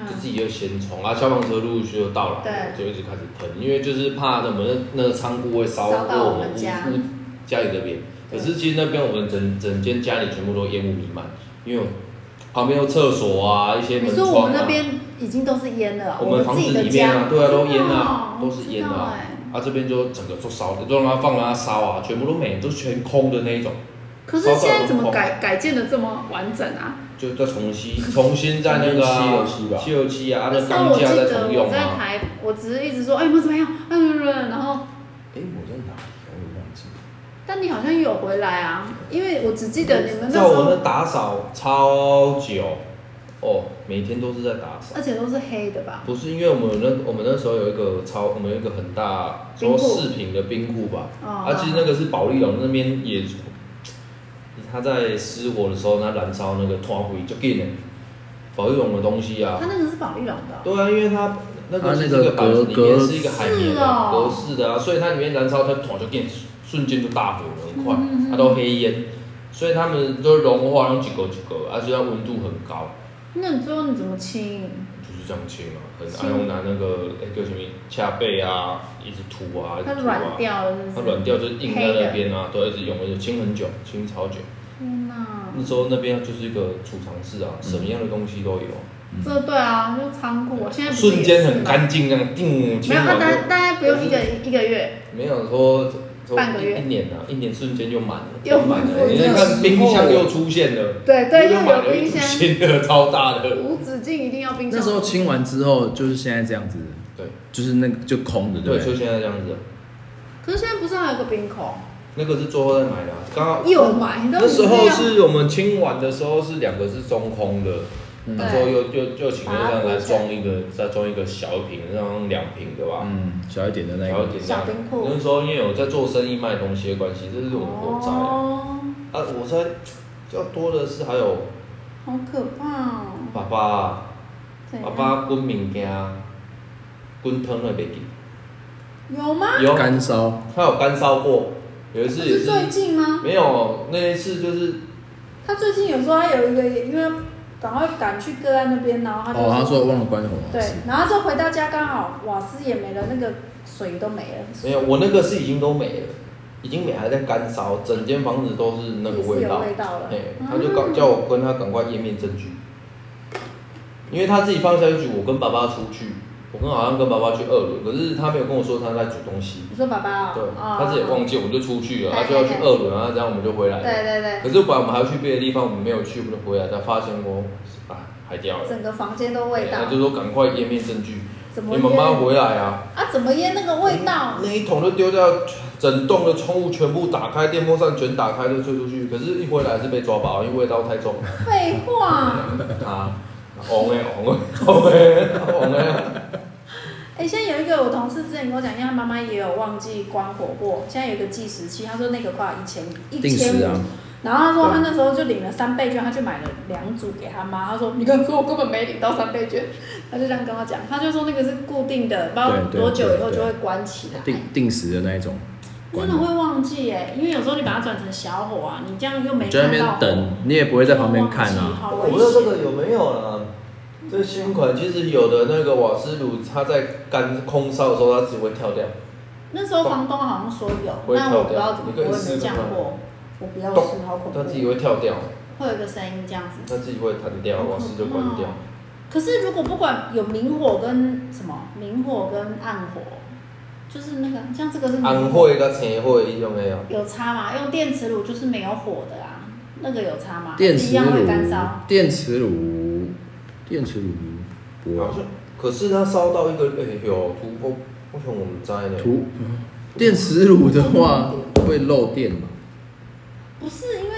Speaker 3: 就自
Speaker 2: 嗯，
Speaker 3: 己就先冲，啊，消防车陆续就到了，就
Speaker 2: 对
Speaker 3: 一直开始喷，因为就是怕我们那那个仓库会烧
Speaker 2: 烧到
Speaker 3: 过
Speaker 2: 我
Speaker 3: 我
Speaker 2: 们
Speaker 3: 屋
Speaker 2: 家
Speaker 3: 屋家里这边。可
Speaker 2: 对
Speaker 3: 是其实那边我们整整间家里全部都烟雾弥漫，因为旁边有厕所啊，一些
Speaker 2: 你
Speaker 3: 门
Speaker 2: 说我
Speaker 3: 窗
Speaker 2: 们那
Speaker 3: 啊。
Speaker 2: 边已经都是烟了，
Speaker 3: 我们
Speaker 2: 自
Speaker 3: 房
Speaker 2: 己
Speaker 3: 子
Speaker 2: 的
Speaker 3: 里面啊
Speaker 2: 家，
Speaker 3: 对啊，都烟
Speaker 2: 真的
Speaker 3: 啊
Speaker 2: 哦，
Speaker 3: 都是烟
Speaker 2: 我不知道
Speaker 3: 啊
Speaker 2: 哎。
Speaker 3: 啊，这边就整个都烧的，都让它放让它烧啊，全部都没，都全空的那一种，
Speaker 2: 可是现在怎么改改建的这么完整啊？
Speaker 3: 就再重新 重新在那个啊
Speaker 1: 767吧
Speaker 3: 七六七啊，啊
Speaker 2: 那
Speaker 3: 那
Speaker 2: 时候
Speaker 3: 钢
Speaker 2: 我记
Speaker 3: 架再
Speaker 2: 得
Speaker 3: 重
Speaker 2: 我
Speaker 3: 用
Speaker 2: 在
Speaker 3: 啊。
Speaker 2: 台，我只是一直说，哎、你们怎么样？哎、然后，
Speaker 1: 哎我在哪里我也忘记了，
Speaker 2: 但你好像有回来啊，因为我只记得你们那时
Speaker 3: 在我
Speaker 2: 候，
Speaker 3: 们打扫超久，哦，每天都是在打扫。
Speaker 2: 而且都是黑的吧？
Speaker 3: 不是因为我们那我们那时候有一个超，我们有一个很大，
Speaker 2: 冰
Speaker 3: 说
Speaker 2: 库
Speaker 3: 四平的冰库吧，
Speaker 2: 哦
Speaker 3: 啊，其实那个是保利龙那边也，他在失火的时候，他燃烧那个团灰就给了保利龙的东西啊
Speaker 2: 它，那个是保利龙的哦、
Speaker 3: 对啊，因为它那
Speaker 1: 它
Speaker 3: 个
Speaker 1: 那
Speaker 3: 是
Speaker 1: 个
Speaker 3: 这个板子里
Speaker 1: 格
Speaker 3: 面
Speaker 1: 格
Speaker 3: 是一个海绵
Speaker 2: 是
Speaker 3: 的
Speaker 2: 哦
Speaker 3: 格式的啊，所以它里面燃烧它团就给瞬间就大火了，很快
Speaker 2: 嗯嗯，嗯
Speaker 3: 它都黑烟，所以它们都融化，然后几个几个，而且它温度很高。
Speaker 2: 那你最后你怎么清？
Speaker 3: 就是这样切嘛，很
Speaker 2: 是
Speaker 3: 爱用拿那个那个什么掐背啊，一直涂啊，一
Speaker 2: 它
Speaker 3: 直涂
Speaker 2: 软
Speaker 3: 啊，
Speaker 2: 掉了是不
Speaker 3: 它
Speaker 2: 是？
Speaker 3: 软掉就是硬在那边啊，对，一直用，一直清很久，清超久。
Speaker 2: 天哪！
Speaker 3: 那时候那边就是一个储藏室啊，什么样的东西都有，
Speaker 2: 这对啊，就是仓库，现在不是
Speaker 3: 瞬间
Speaker 2: 也是
Speaker 3: 很
Speaker 2: 吗。
Speaker 3: 干净，这样定
Speaker 2: 没
Speaker 3: 清
Speaker 2: 有，啊
Speaker 3: 完
Speaker 2: 大家
Speaker 3: 就
Speaker 2: 大家不用一个一个月，
Speaker 3: 没有说说
Speaker 2: 半个
Speaker 3: 一
Speaker 2: 月
Speaker 3: 一年啊，一年瞬间就满了，
Speaker 2: 又
Speaker 3: 满
Speaker 2: 满了
Speaker 3: 了，你再看冰箱又出现了，
Speaker 2: 对对，
Speaker 3: 又
Speaker 2: 又
Speaker 3: 买
Speaker 2: 有
Speaker 3: 了
Speaker 2: 冰
Speaker 3: 一
Speaker 2: 箱，
Speaker 3: 新的 超大的，
Speaker 2: 无止境一定要冰箱。
Speaker 1: 那时候清完之后就是现在这样子，
Speaker 3: 对
Speaker 1: 就是那个就空的，对
Speaker 3: 对，
Speaker 1: 不
Speaker 3: 就
Speaker 1: 对？
Speaker 3: 现在这样子啊，
Speaker 2: 可是现在不是还有个冰口？
Speaker 3: 那个是最后再买的啊，刚好
Speaker 2: 又买，
Speaker 3: 那时候是我们清完的时候是两个是中空的，
Speaker 1: 嗯
Speaker 3: 那时候又又又请那样来装一
Speaker 2: 啊
Speaker 3: 个，再装一个小瓶，然后两瓶的吧，
Speaker 1: 嗯，小一点的那
Speaker 3: 然后
Speaker 1: 个，
Speaker 3: 点
Speaker 2: 小冰库
Speaker 3: 那时候因为我在做生意卖东西的关系，这是我的火灾啊。
Speaker 2: 哦，
Speaker 3: 啊我在要多的是还有
Speaker 2: 好可怕哦！
Speaker 3: 爸爸啊，
Speaker 2: 怎
Speaker 3: 爸
Speaker 2: 样
Speaker 3: 爸滚物件，滚汤的袂记，
Speaker 2: 有吗？
Speaker 3: 有
Speaker 1: 干烧。
Speaker 2: 啊
Speaker 3: 他有干烧过，有一次也
Speaker 2: 是
Speaker 3: 是
Speaker 2: 最近吗？
Speaker 3: 没有那一次就是
Speaker 2: 他最近有说他有一个，因为赶快赶去个案那边，然后他就
Speaker 1: 哦，他说忘了关火老
Speaker 2: 对
Speaker 1: 师，，
Speaker 2: 然后之后回到家刚好瓦斯也没了，那个水都没了，
Speaker 3: 没有，我那个是已经都没了，已经没还在干烧，整间房子都是那个
Speaker 2: 也
Speaker 3: 味
Speaker 2: 是有
Speaker 3: 道。
Speaker 2: 味道了。啊
Speaker 3: 哎、他就告叫我跟他赶快页面证据，因为他自己放下去，我跟爸爸出去，我跟好像跟爸爸去二楼，可是他没有跟我说他在煮东西，
Speaker 2: 你说爸爸哦，
Speaker 3: 对，
Speaker 2: 哦哎
Speaker 3: 他自己也忘记，我们就出去了，他就要去二轮啊，这样我们就回来了。
Speaker 2: 对对对，
Speaker 3: 可是本来我们还要去别的地方，我们没有去，我们就回来才发现我啊还掉了，哎
Speaker 2: 整个房间都味道
Speaker 3: 他，就说赶快页面证据，
Speaker 2: 怎么
Speaker 3: 你
Speaker 2: 腌
Speaker 3: 们妈嗯回来啊，
Speaker 2: 啊？怎么腌那个味道？
Speaker 3: 那一桶就丢掉，整栋的窗户全部打开，电风扇全打开就吹出去，可是一回来是被抓包，因为味道太 重了。
Speaker 2: 废话，
Speaker 3: 啊，红诶红诶 红诶红诶，
Speaker 2: 哎，现在有一个我同事之前跟我讲，因为他妈妈也有忘记关火锅，现在有一个计时器，他说那个快一千一
Speaker 1: 定时
Speaker 2: 千
Speaker 1: 啊
Speaker 2: 五，，然后他说他那时候就领了三倍券，他去买了两组给他妈。他说：“你看，说我根本没领到三倍券。”他就这样跟我讲，他就说那个是固定的，不知道
Speaker 1: 对对
Speaker 2: 多久以
Speaker 1: 对
Speaker 2: 后
Speaker 1: 对
Speaker 2: 就会关起来。
Speaker 1: 定定时的那一种
Speaker 2: 真
Speaker 1: 关
Speaker 2: 的
Speaker 1: 火，
Speaker 2: 会忘记耶，因为有时候你把它转成小火啊，你这样又没
Speaker 1: 你就在那
Speaker 2: 看到
Speaker 1: 边，等，你也不会在旁边看
Speaker 2: 就忘记
Speaker 1: 啊。
Speaker 2: 好
Speaker 3: 我
Speaker 2: 危
Speaker 3: 不知道这
Speaker 2: 险。哦
Speaker 3: 个有没有啦。这新款其实有的那个瓦斯炉，它在干空烧的时候，它自己会跳掉，
Speaker 2: 那时候房东好像说有，
Speaker 3: 会
Speaker 2: 但
Speaker 3: 跳
Speaker 2: 我不知道怎么，
Speaker 3: 掉
Speaker 2: 我也
Speaker 3: 你可以试
Speaker 2: 没
Speaker 3: 试
Speaker 2: 降
Speaker 3: 看
Speaker 2: 过，我不要
Speaker 3: 咚
Speaker 2: 试，好恐怖
Speaker 3: 它。自己会跳掉，
Speaker 2: 会有一个声音这样子。
Speaker 3: 它自己会弹掉，瓦斯就关掉。
Speaker 2: 哦可是如果不管有明火跟什么明火跟暗火，就是那个像这个是明火
Speaker 3: 安徽跟青徽一种的啊，
Speaker 2: 有差吗？用电磁炉就是没有火的啊，那个有差吗？
Speaker 1: 电磁
Speaker 2: 一样会
Speaker 1: 炉
Speaker 2: 干烧，，
Speaker 1: 电磁炉，电磁炉不会
Speaker 3: 好像，可是它烧到一个，哎呦，突破，为什么我们在呢？
Speaker 1: 图，电磁炉的话会漏电嘛？
Speaker 2: 不是因为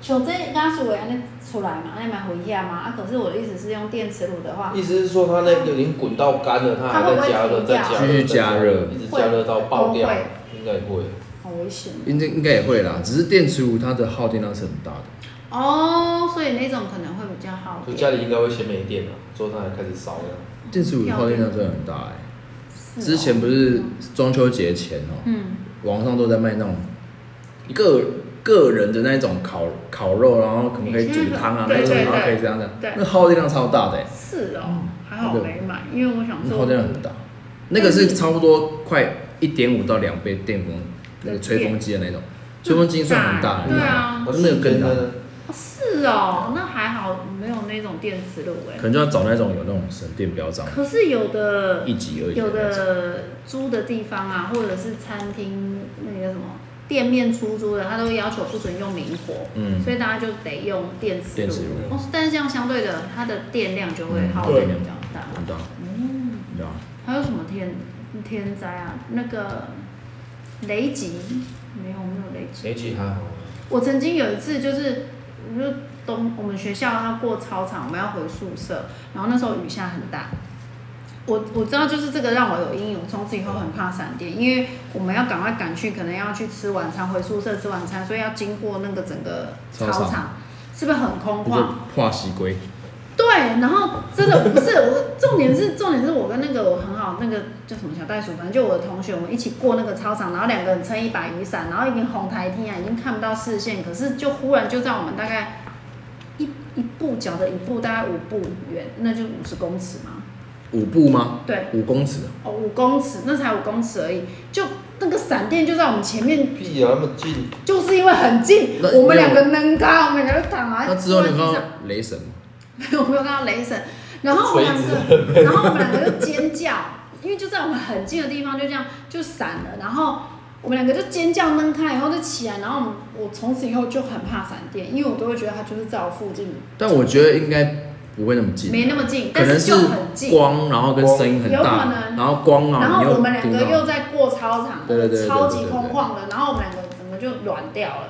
Speaker 2: 像这拉出来安尼出来嘛，安尼买回家嘛啊。可是我的意思是用电磁炉的话，
Speaker 3: 意思是说它那个已经滚到干了，它还在加热，在加热，
Speaker 1: 继续加热
Speaker 3: 一直加热到爆掉
Speaker 2: 会，
Speaker 3: 应该会。
Speaker 2: 好危险哦
Speaker 1: 应该应该也会啦，只是电磁炉它的耗电量是很大的。
Speaker 2: 哦。所以那种可能会比较好
Speaker 3: 就家里应该会先没电了，桌上还开始烧了。
Speaker 1: 电磁炉的耗电量真的很大哎、
Speaker 2: 是哦
Speaker 1: 之前不是中秋节前哦、
Speaker 2: 嗯
Speaker 1: 网上都在卖那种个个人的那种烤烤肉，然后可能可以煮汤啊那
Speaker 2: 对
Speaker 1: 种，
Speaker 2: 嗯对
Speaker 1: 然后可以
Speaker 2: 对
Speaker 1: 这样这样
Speaker 2: 对，
Speaker 1: 那耗电量超大的哎、
Speaker 2: 是哦
Speaker 1: 嗯，
Speaker 2: 还好
Speaker 1: 那个
Speaker 2: 没买，因为我想
Speaker 1: 那
Speaker 2: 说
Speaker 1: 耗电量很大，那个是差不多快一点五到两倍电风那个吹风机的那种，吹风机算很大的，
Speaker 2: 对啊
Speaker 1: 那个更大，
Speaker 3: 呢？
Speaker 2: 哦是哦，那还好没有那种电磁炉哎
Speaker 1: 可。能就要找那种有那种省电标章
Speaker 2: 可是有的
Speaker 1: 一级而已
Speaker 2: 有
Speaker 1: 那种。
Speaker 2: 的租的地方啊，或者是餐厅那个什么店面出租的，他都要求不准用明火，
Speaker 1: 嗯
Speaker 2: 所以大家就得用电磁
Speaker 1: 电
Speaker 2: 炉
Speaker 1: 磁。炉
Speaker 2: 哦，但是这样相对的，它的电量就会
Speaker 1: 嗯
Speaker 2: 耗电
Speaker 3: 对
Speaker 2: 比较大。
Speaker 1: 很大，
Speaker 2: 嗯，
Speaker 1: 对啊，
Speaker 2: 还有什么天天灾啊？那个雷击没有没有雷击。
Speaker 3: 谁挤还好？
Speaker 2: 我曾经有一次就是，我就东我们学校要过操场，我们要回宿舍，然后那时候雨下很大。我我知道就是这个让我有阴影，我从此以后很怕闪电，因为我们要赶快赶去，可能要去吃晚餐，回宿舍吃晚餐，所以要经过那个整个操
Speaker 1: 操场
Speaker 2: 场是不是很空
Speaker 1: 那就
Speaker 2: 旷？
Speaker 1: 化西龟，
Speaker 2: 对，然后真的不是我，重点是重点是我跟那个我很好那个叫什么小袋鼠，反正就我的同学，我们一起过那个操场，然后两个人撑一把雨伞，然后已经红台梯啊，已经看不到视线，可是就忽然就在我们大概一一步脚的一步，大概五步远，那就五十公尺嘛，
Speaker 1: 五步吗？
Speaker 2: 对，
Speaker 1: 五公尺，
Speaker 2: 哦五公尺，那才五公尺而已，就那个闪电就在我们前面，
Speaker 3: 屁啊，那么近，
Speaker 2: 就是因为很近
Speaker 1: 那，
Speaker 2: 我
Speaker 1: 没
Speaker 2: 们
Speaker 1: 有
Speaker 2: 两个能干，我们两个就躺啊，
Speaker 1: 那之后你有
Speaker 2: 坐
Speaker 1: 看到
Speaker 2: 在地上
Speaker 1: 雷神吗？
Speaker 2: 我没有看到雷神，然后我们两个， 然后我们两个就尖叫，因为就在我们很近的地方就这样就闪了，然后我们两个就尖叫扔开，然后就起来，然后我们我从此以后就很怕闪电，因为我都会觉得它就是在我附近，
Speaker 1: 但我觉得应该不会那么近，
Speaker 2: 没那么近，
Speaker 1: 可
Speaker 2: 但
Speaker 1: 能
Speaker 2: 是就很
Speaker 1: 是
Speaker 2: 近。
Speaker 1: 光，然后跟声音很大
Speaker 2: 有可，能
Speaker 1: 然后光啊，
Speaker 2: 然
Speaker 1: 你
Speaker 2: 后
Speaker 1: 又
Speaker 2: 我们两个
Speaker 1: 听到
Speaker 2: 又在过操场，
Speaker 1: 对对对对对
Speaker 2: 超级空旷的，然后我们两个整个就软掉了，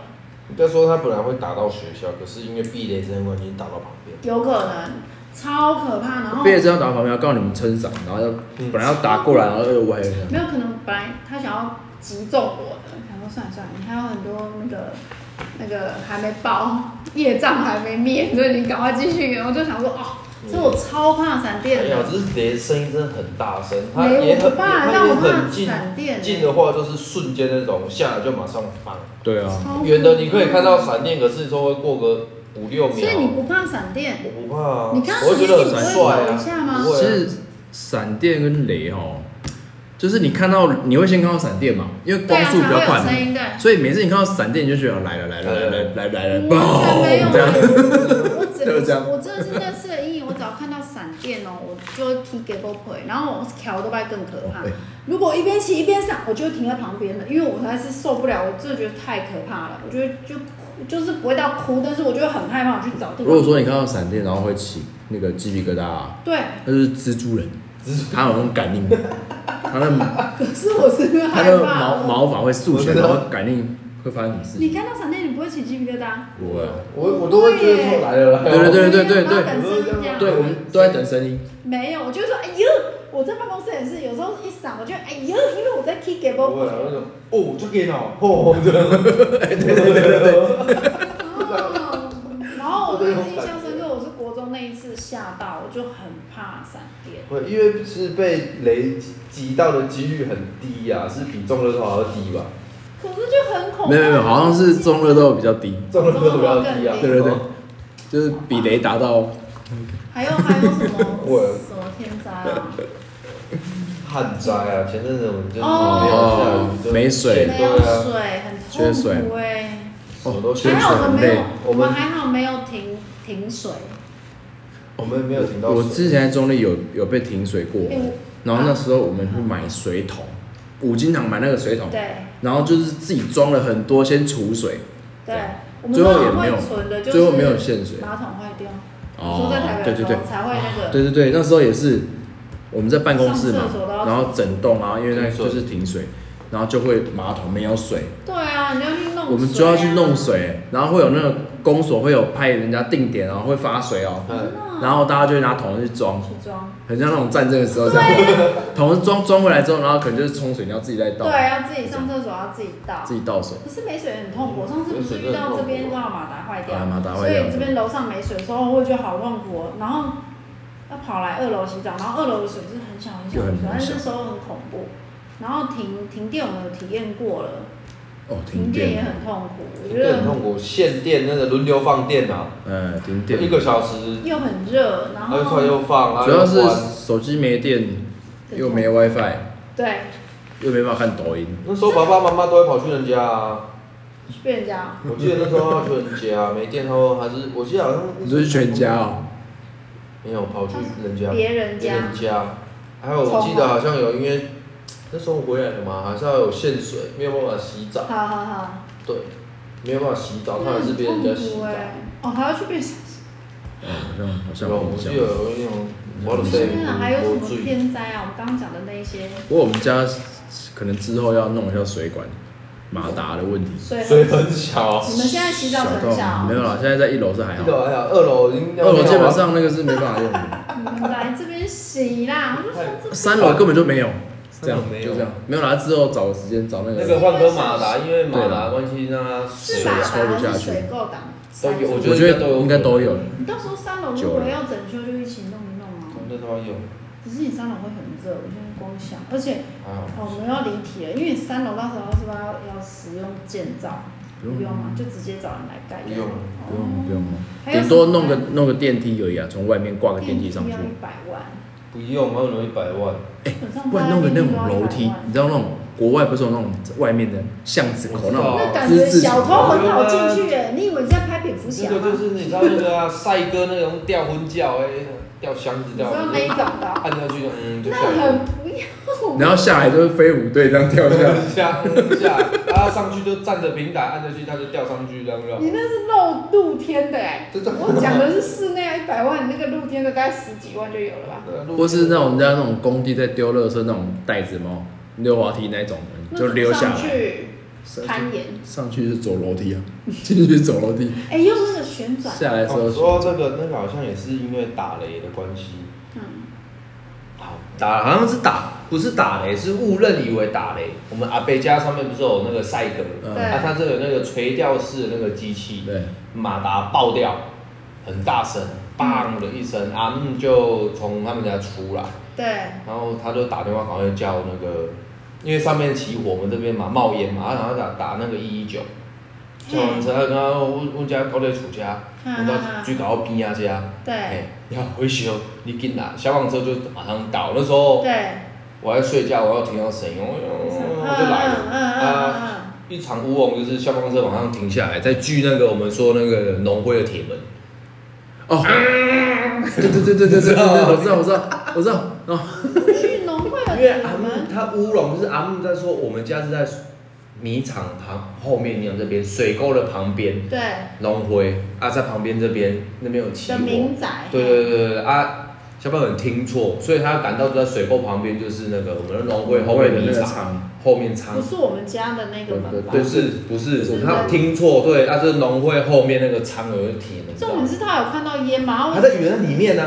Speaker 3: 不要说它本来会打到学校，可是因为避雷针的关系打到旁边。
Speaker 2: 有可能超可怕。然后
Speaker 1: 毕业之后打旁边，要告诉你们撑伞，然后要
Speaker 3: 嗯
Speaker 1: 本来要打过来，然后又歪了。
Speaker 2: 没有可能，本来他想要击中我的，想说算了算了，你还有很多那个那个还没报，业障还没灭，所以你赶快继续。然后就想说哦，所以我超怕闪
Speaker 3: 嗯哎
Speaker 2: 电
Speaker 3: 呀
Speaker 2: 的，，
Speaker 3: 只是雷声音真的很大声，它
Speaker 2: 没
Speaker 3: 也
Speaker 2: 我
Speaker 3: 很
Speaker 2: 不怕，
Speaker 3: 它
Speaker 2: 但
Speaker 3: 也
Speaker 2: 我
Speaker 3: 很
Speaker 2: 怕
Speaker 3: 近，
Speaker 2: 闪电。欸
Speaker 3: 近的话就是瞬间那种，下来就马上放。
Speaker 1: 对啊，
Speaker 2: 超
Speaker 3: 远的你可以看到闪电，可是说会过个五六秒。
Speaker 2: 哦所以你不怕闪电？
Speaker 3: 我不怕啊，
Speaker 2: 你看到
Speaker 3: 我会觉得
Speaker 2: 闪电你不
Speaker 3: 很
Speaker 2: 会
Speaker 3: 帅
Speaker 2: 抖
Speaker 3: 啊，
Speaker 2: 一下吗
Speaker 3: 不会
Speaker 1: 其
Speaker 3: 啊
Speaker 1: 实闪电跟雷哦，就是你看到你会先看到闪电嘛，因为
Speaker 2: 对
Speaker 1: 光
Speaker 2: 啊，
Speaker 1: 速比
Speaker 2: 才
Speaker 1: 较
Speaker 2: 会有声
Speaker 1: 快
Speaker 2: 音
Speaker 1: 嘛，
Speaker 2: 对。
Speaker 1: 所以每次你看到闪电，你就觉得来了来了来了来了来了，
Speaker 2: 完全没有
Speaker 1: 嘣这样。
Speaker 2: 我只
Speaker 1: 就这样
Speaker 2: 我真的是那次的阴影，我只要看到闪电哦，我就会踢给我腿，然后我桥都拜更可怕
Speaker 1: 对。
Speaker 2: 如果一边骑一边闪，我就会停在旁边的，因为我实在是受不了，我真的觉得太可怕了，我觉得就就是不会到哭，但是我就会很害怕，我去找地方。
Speaker 1: 如果说你看到闪电，然后会起那个鸡皮疙瘩、啊，
Speaker 2: 对，
Speaker 1: 那就是蜘蛛人，他有那种感应，他的
Speaker 2: 可是我是会
Speaker 1: 他
Speaker 2: 害
Speaker 1: 的
Speaker 2: 怕
Speaker 1: 毛
Speaker 2: 的。
Speaker 1: 毛发会竖起来，
Speaker 3: 我知
Speaker 1: 然
Speaker 3: 道
Speaker 1: 后感应会发生什么事
Speaker 2: 你
Speaker 1: 情？
Speaker 2: 看到闪电，你不会起鸡皮疙瘩？
Speaker 1: 我啊，
Speaker 3: 我我都会觉得说来了来了，
Speaker 1: 对对对对
Speaker 2: 我没有
Speaker 1: 对
Speaker 2: 办法等声音这样
Speaker 1: 对我们都在等声音，
Speaker 2: 没有，我就说哎呦，我在办公室也是，有时候一闪我就哎呦，因为我在踢给
Speaker 3: 不会
Speaker 2: 我
Speaker 3: 啊，那种哦，这个哦，哦，这个，对对对对对，
Speaker 2: 哦 然后我就印象深刻，我是国中那一次吓到，我就很怕闪电。
Speaker 3: 会，因为是被雷击击到的几率很低呀、是比中乐透还要低吧？
Speaker 2: 可是就很恐怖。
Speaker 1: 没有没有，好像是中热都比较低，
Speaker 3: 中乐透比较低啊，
Speaker 1: 对对对，就是比雷达到哦
Speaker 2: 还有还有什么
Speaker 3: 我
Speaker 2: 什么天灾啊？
Speaker 3: 旱灾啊，前阵子我们就是没有
Speaker 2: 哦
Speaker 3: 下雨，就
Speaker 1: 没水
Speaker 2: 没有
Speaker 3: 对啊，
Speaker 2: 水，
Speaker 1: 缺
Speaker 2: 很
Speaker 1: 水
Speaker 2: 痛苦哎。
Speaker 3: 什么都缺
Speaker 2: 还
Speaker 1: 水
Speaker 2: 好我
Speaker 3: 水，
Speaker 2: 们没有
Speaker 1: 很累，
Speaker 2: 我
Speaker 3: 我
Speaker 2: 们
Speaker 3: 们
Speaker 2: 还好没有停停水。
Speaker 3: 我们没有停到
Speaker 1: 我
Speaker 3: 水
Speaker 1: 之前在中立有有被停水过
Speaker 2: 哎我，
Speaker 1: 然后那时候我们去买水桶，五金行买那个水桶，
Speaker 2: 对
Speaker 1: 然后就是自己装了很多先储水，
Speaker 2: 对，我们
Speaker 1: 最后也
Speaker 2: 通常
Speaker 1: 没有
Speaker 2: 会存的，就，
Speaker 1: 最后
Speaker 2: 是
Speaker 1: 没有限水。
Speaker 2: 马桶坏掉。
Speaker 1: 哦
Speaker 2: 我说在台北
Speaker 1: 对
Speaker 2: 的时
Speaker 1: 对
Speaker 2: 候
Speaker 1: 对
Speaker 2: 才会那个。
Speaker 1: 对对对，那时候也是我们在办公室嘛
Speaker 2: 上厕所都要，
Speaker 1: 然后整栋，啊然后因为那就是停水，然后就会马桶没有水，
Speaker 2: 对啊，你要去弄水啊。
Speaker 1: 我们就要去弄水，然后会有那个公所会有派人家定点，然后会发水哦，
Speaker 2: 真
Speaker 3: 嗯
Speaker 2: 的啊。
Speaker 1: 然后大家就会拿桶去装，
Speaker 2: 去装。
Speaker 1: 很像那种战争的时候这样， 桶装装回来之后，然后可能就是冲水，你要自己再倒，
Speaker 2: 对，啊要自己上厕所，要自己倒。
Speaker 1: 自己倒水。
Speaker 2: 可是没水很痛苦，我上次不是遇到这边让马达坏掉，
Speaker 3: 哎
Speaker 1: 啊马达
Speaker 2: 所
Speaker 1: 坏掉
Speaker 2: 以这边楼上没水的时候，我会觉得好痛苦、哦。然后要跑来二楼洗澡，然后二楼的水是很小很小的水，
Speaker 1: 对很
Speaker 2: 但是
Speaker 1: 小
Speaker 2: 那时候很恐怖。然后停停电我们有体验过了，
Speaker 1: 哦，停
Speaker 2: 停电也
Speaker 1: 电，
Speaker 2: 很痛苦，我觉
Speaker 3: 对，
Speaker 2: 得
Speaker 3: 很痛苦，限电那个轮流放电啊，
Speaker 1: 嗯，停电
Speaker 3: 一，个小时，
Speaker 2: 又很热，然
Speaker 3: 然后突然
Speaker 2: 后
Speaker 3: 又放，然后
Speaker 1: 主要
Speaker 3: 又
Speaker 1: 是
Speaker 3: 关。
Speaker 1: 手机没电，又没 WiFi，
Speaker 2: 对
Speaker 1: 又没办法看抖音。
Speaker 3: 那时候爸爸妈妈都会跑去人家啊，
Speaker 2: 被人家
Speaker 3: 我记得那时候要去人家，没电后还是我记得好像
Speaker 1: 你说是全家哦？
Speaker 3: 没有跑去人家，
Speaker 2: 别人
Speaker 3: 别
Speaker 2: 家
Speaker 3: 人家，还有我记得好像有因为那时候回来了嘛，还是要有限水，没有办法洗澡，
Speaker 2: 好好好，
Speaker 3: 对，没有办法洗澡，他还是别人
Speaker 2: 很
Speaker 3: 家
Speaker 2: 痛
Speaker 3: 洗
Speaker 2: 苦
Speaker 3: 澡。
Speaker 2: 哎，哦还要去变。
Speaker 1: 哦，好像好像
Speaker 3: 对吧？我
Speaker 1: 我
Speaker 3: 记
Speaker 1: 讲
Speaker 3: 得。有那种，我都
Speaker 2: 现
Speaker 3: 是
Speaker 2: 在还有什
Speaker 3: 我
Speaker 2: 么
Speaker 3: 醉，
Speaker 2: 天灾啊？我们刚刚讲的那一些
Speaker 1: 不过我们家可能之后要弄一下水管马达的问题。
Speaker 2: 水
Speaker 3: 水
Speaker 2: 很
Speaker 3: 很小，
Speaker 2: 你们现在洗澡水很小
Speaker 1: 到没有啦，现在在一楼是还
Speaker 3: 一
Speaker 1: 好，
Speaker 3: 楼还好，二楼已啊经
Speaker 1: 二楼基本上那个是没办法用的，
Speaker 2: 你们来这边洗啦！我就说这
Speaker 1: 三楼根本就没有，这样
Speaker 3: 三楼没有
Speaker 1: 就这样，没有啦。之后找个时间找那个
Speaker 3: 那个换跟马达，因为马达的关系让它
Speaker 2: 是
Speaker 3: 水
Speaker 2: 马
Speaker 1: 抽不
Speaker 2: 达
Speaker 1: 下
Speaker 2: 还
Speaker 1: 去
Speaker 2: 是水垢挡？
Speaker 3: 都有
Speaker 1: 我觉
Speaker 3: 我觉
Speaker 1: 得
Speaker 3: 得
Speaker 1: 应
Speaker 3: 应
Speaker 1: 该
Speaker 3: 该
Speaker 1: 都
Speaker 3: 都
Speaker 1: 有
Speaker 3: 有。
Speaker 2: 你到时候三楼如果要整修，就一起弄一弄啊。
Speaker 3: 那都要有，
Speaker 2: 只是你三楼会很热，我现在光想，而且
Speaker 3: 还好。
Speaker 2: 哦，我们要离题了，因为你三楼到时候是不是要要使用建造？
Speaker 1: 不用
Speaker 2: 不用吗？就直接找人来盖。哦
Speaker 3: 不用
Speaker 1: 不用不用了，
Speaker 2: 还有
Speaker 1: 顶多弄个弄个电梯而已啊，从外面挂个电梯上去
Speaker 2: 要，一百万，
Speaker 3: 不用，我有一百万，
Speaker 1: 哎
Speaker 2: 本上
Speaker 1: 不然弄个那种楼梯
Speaker 2: 大家，
Speaker 1: 你知道那种国外不是有那种外面的巷子口那种
Speaker 3: 我知道
Speaker 2: 那感觉
Speaker 1: 之字形
Speaker 2: 小偷很好进去耶！你以为你在拍蝙蝠侠
Speaker 3: 这
Speaker 2: 吗？
Speaker 3: 个就是你知道那个啊，赛哥那种吊婚轿，哎，吊箱子
Speaker 2: 你知
Speaker 3: 吊，
Speaker 2: 道那一种的哦，
Speaker 3: 按下去就嗯，就
Speaker 2: 那
Speaker 3: 下来
Speaker 2: 很
Speaker 3: 了
Speaker 2: 不要。
Speaker 1: 然后下来就是飞舞队这样跳下来。
Speaker 3: 下嗯下来，然后上去就站着平台，按下去它就吊上去，这样就好
Speaker 2: 你那是露露天的哎、
Speaker 3: 这种
Speaker 2: 我讲的是室内一百万，你那个露天的大概十几万就有了吧？
Speaker 3: 对啊路
Speaker 1: 或是那种人家那种工地在丢垃圾那种袋子嘛，溜滑梯那种的 就溜下
Speaker 2: 上
Speaker 1: 来，
Speaker 2: 去攀岩，
Speaker 1: 上去是走楼梯啊，进去是走楼梯，
Speaker 2: 哎、又是那个旋转，
Speaker 1: 下来的时
Speaker 3: 哦
Speaker 1: 候
Speaker 3: 说到这个，那个好像也是因为打雷的关系，
Speaker 2: 嗯，
Speaker 3: 好打好像是打不是打雷，是误认以为打雷。我们阿贝家上面不是有那个赛格，
Speaker 1: 嗯
Speaker 2: 对
Speaker 3: 啊，它这有那个垂吊式的那个机器，
Speaker 1: 对，
Speaker 3: 马达爆掉，很大声，砰的一声，阿木就从他们家出来，
Speaker 2: 对，
Speaker 3: 然后他就打电话赶快叫啊那个，因为上面起火，我们这边嘛冒烟嘛，然后打打那个一一九，
Speaker 2: 嗯
Speaker 3: 消防车，然后阮阮遮搞咧厝遮，阮到水沟边啊遮，
Speaker 2: 啊对
Speaker 3: 嘿，然后维修，你紧来，消防车就马上到。那时候
Speaker 2: 对，
Speaker 3: 我在睡觉，我要听到声音，我
Speaker 2: 嗯
Speaker 3: 哦我就来
Speaker 2: 嗯
Speaker 3: 了。
Speaker 2: 嗯嗯
Speaker 3: 啊
Speaker 2: 嗯
Speaker 3: 一场乌龙就是消防车马上停下来，在锯那个我们说那个农会的铁门。
Speaker 1: 哦，对对对对对对对，我知道我知道我知道，然后
Speaker 2: 嗯，去农会有
Speaker 3: 因为
Speaker 2: 铁
Speaker 3: 阿木
Speaker 2: 门，
Speaker 3: 他乌龙就是阿木在说，我们家是在米厂旁后面那这边水沟的旁边，
Speaker 2: 对
Speaker 3: 龙辉啊在旁边这边那边有起
Speaker 2: 的
Speaker 3: 火，
Speaker 2: 民宅，
Speaker 3: 对对对对对啊，小朋友很听错，所以他赶到在水沟旁边就是那个我们的龙辉后面
Speaker 1: 的
Speaker 3: 米
Speaker 1: 那个
Speaker 3: 厂
Speaker 1: 厂，
Speaker 3: 后面仓
Speaker 2: 不，是我们家的那个门吧
Speaker 3: 嗯不？是不
Speaker 2: 是
Speaker 3: 是他听错，对，他是龙辉后面那个仓有一个铁门，你知
Speaker 2: 重
Speaker 3: 道
Speaker 2: 点
Speaker 3: 吗
Speaker 2: 是他有看到烟嘛，然后
Speaker 3: 他在原来里面呢、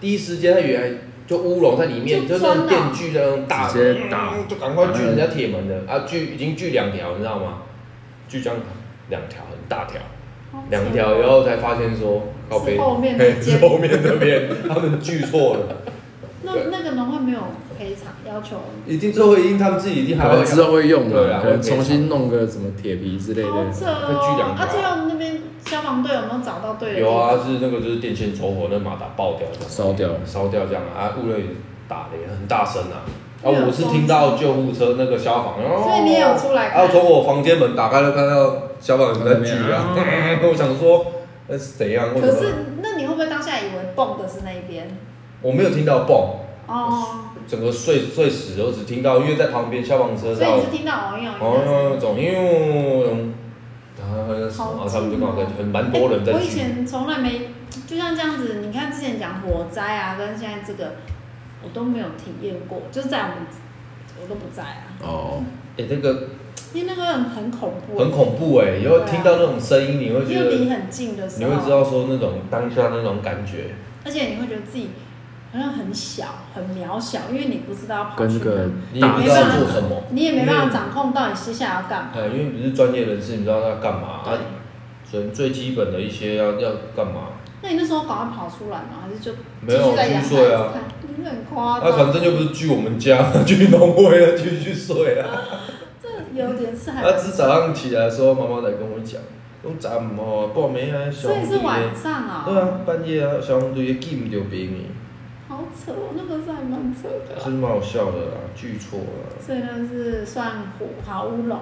Speaker 3: 第一时间他原来就乌龙在里面，
Speaker 2: 就
Speaker 3: 就
Speaker 2: 钻
Speaker 3: 那
Speaker 2: 了
Speaker 3: 种电锯的那种大，
Speaker 1: 直接打
Speaker 3: 嗯就赶快锯人家铁门的啊，锯已经锯两条，你知道吗？锯这样两条很大条，
Speaker 2: 好扯
Speaker 3: 两条以后才发现说，靠背
Speaker 2: 是后面那
Speaker 3: 嘿是
Speaker 2: 间，
Speaker 3: 后面这边他们锯错了，
Speaker 2: 那
Speaker 3: 对
Speaker 2: 那个农会没有赔偿要求，好
Speaker 3: 一定最后一定他们自己一定还
Speaker 1: 可
Speaker 3: 要
Speaker 1: 能知道会用
Speaker 3: 对
Speaker 1: 的，
Speaker 3: 啊
Speaker 1: 可能重新弄个什么铁皮之类的。
Speaker 2: 扯
Speaker 3: 会锯
Speaker 2: 哦
Speaker 3: 两！条
Speaker 2: 啊，最后那边消防队有没有找到对的？
Speaker 3: 有啊，，是那个就是电线走火，那马达爆掉的，
Speaker 1: 烧掉了
Speaker 3: 烧掉这样啊，啊，误了也打的也很大声啊。啊，
Speaker 2: 没有
Speaker 3: 我是听到救护车那个消防，哦
Speaker 2: 所以你也有出来看
Speaker 3: 啊，从我房间门打开就看到消防员在锯啊， 我想说呃啊那是怎样？为什
Speaker 2: 哦可
Speaker 3: 么
Speaker 2: 是那你会不会当下以为蹦的是那一边？
Speaker 3: 我没有听到蹦，
Speaker 2: 哦，
Speaker 3: 整个睡睡死，我只听到因为在旁边消防车
Speaker 2: 所以
Speaker 3: 在
Speaker 2: 你是听到王勇
Speaker 3: 哦那种，因为然后那什么，
Speaker 2: 好
Speaker 3: 啊他们就
Speaker 2: 近
Speaker 3: 跟
Speaker 2: 哦哎
Speaker 3: 我感觉很蛮多人在
Speaker 2: 我以
Speaker 3: 锯，
Speaker 2: 前从来没，就像这样子，你看之前讲火灾啊，跟现在这个，我都没有体验过，就是在我们，我都不在啊，
Speaker 1: 哦，
Speaker 3: 哎，那个
Speaker 2: 因为那个很很恐怖，
Speaker 3: 很恐怖哎，以后听到那种声音，你会觉
Speaker 2: 啊因为离
Speaker 3: 得
Speaker 2: 很近的时
Speaker 3: 你
Speaker 2: 候，
Speaker 3: 会知道说那种当下那种感觉。
Speaker 2: 而且你会觉得自己好像很小、很渺小，因为你不知道要跑
Speaker 1: 跟
Speaker 2: 去
Speaker 1: 那个
Speaker 2: 哪，
Speaker 3: 你也
Speaker 1: 大
Speaker 3: 不知道做什么，
Speaker 2: 你也没办法掌控到底接下来要干嘛。
Speaker 3: 哎，因为不是专业人士，你知道他干嘛啊
Speaker 2: 对？
Speaker 3: 最最基本的一些要要干嘛？
Speaker 2: 那你那时候赶快跑出来吗？还是就
Speaker 3: 没有
Speaker 2: 继续在阳台
Speaker 3: 去睡啊
Speaker 2: 看？你很夸
Speaker 3: 他反
Speaker 2: 张，
Speaker 3: 正又不是去我们家， 去农会了，去去睡
Speaker 2: 哦
Speaker 3: 啊。
Speaker 2: 这有点是还
Speaker 3: 他只早上起来的时候，妈妈来跟我讲，我咱唔哦，报名啊，小
Speaker 2: 所以
Speaker 3: 红
Speaker 2: 是
Speaker 3: 队
Speaker 2: 晚
Speaker 3: 的，
Speaker 2: 上啊、
Speaker 3: 对啊，半夜啊，小红队的记唔着别名，
Speaker 2: 好扯哦，那个是还蛮扯的
Speaker 3: 是
Speaker 2: 啊。
Speaker 3: 蛮好笑的啦，记错了，
Speaker 2: 所以呢是算虎好乌龙，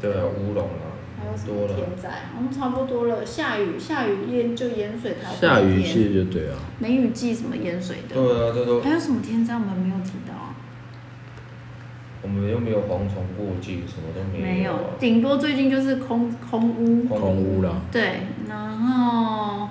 Speaker 3: 对啊，乌龙啊，
Speaker 2: 还有什
Speaker 3: 多
Speaker 2: 么
Speaker 3: 了
Speaker 2: 天灾？我们、差不多了。下雨，下雨淹就淹水台风
Speaker 1: 下雨
Speaker 2: 天
Speaker 1: 其实就对啊，
Speaker 2: 梅雨季什么淹水
Speaker 3: 对
Speaker 2: 的，
Speaker 3: 啊，这都
Speaker 2: 还有什么天灾我们没有提到啊？
Speaker 3: 我们又没有蝗虫过境，什么都
Speaker 2: 没
Speaker 3: 有啊
Speaker 2: 有，顶多最近就是空空屋，
Speaker 1: 空屋啦，
Speaker 2: 对，然后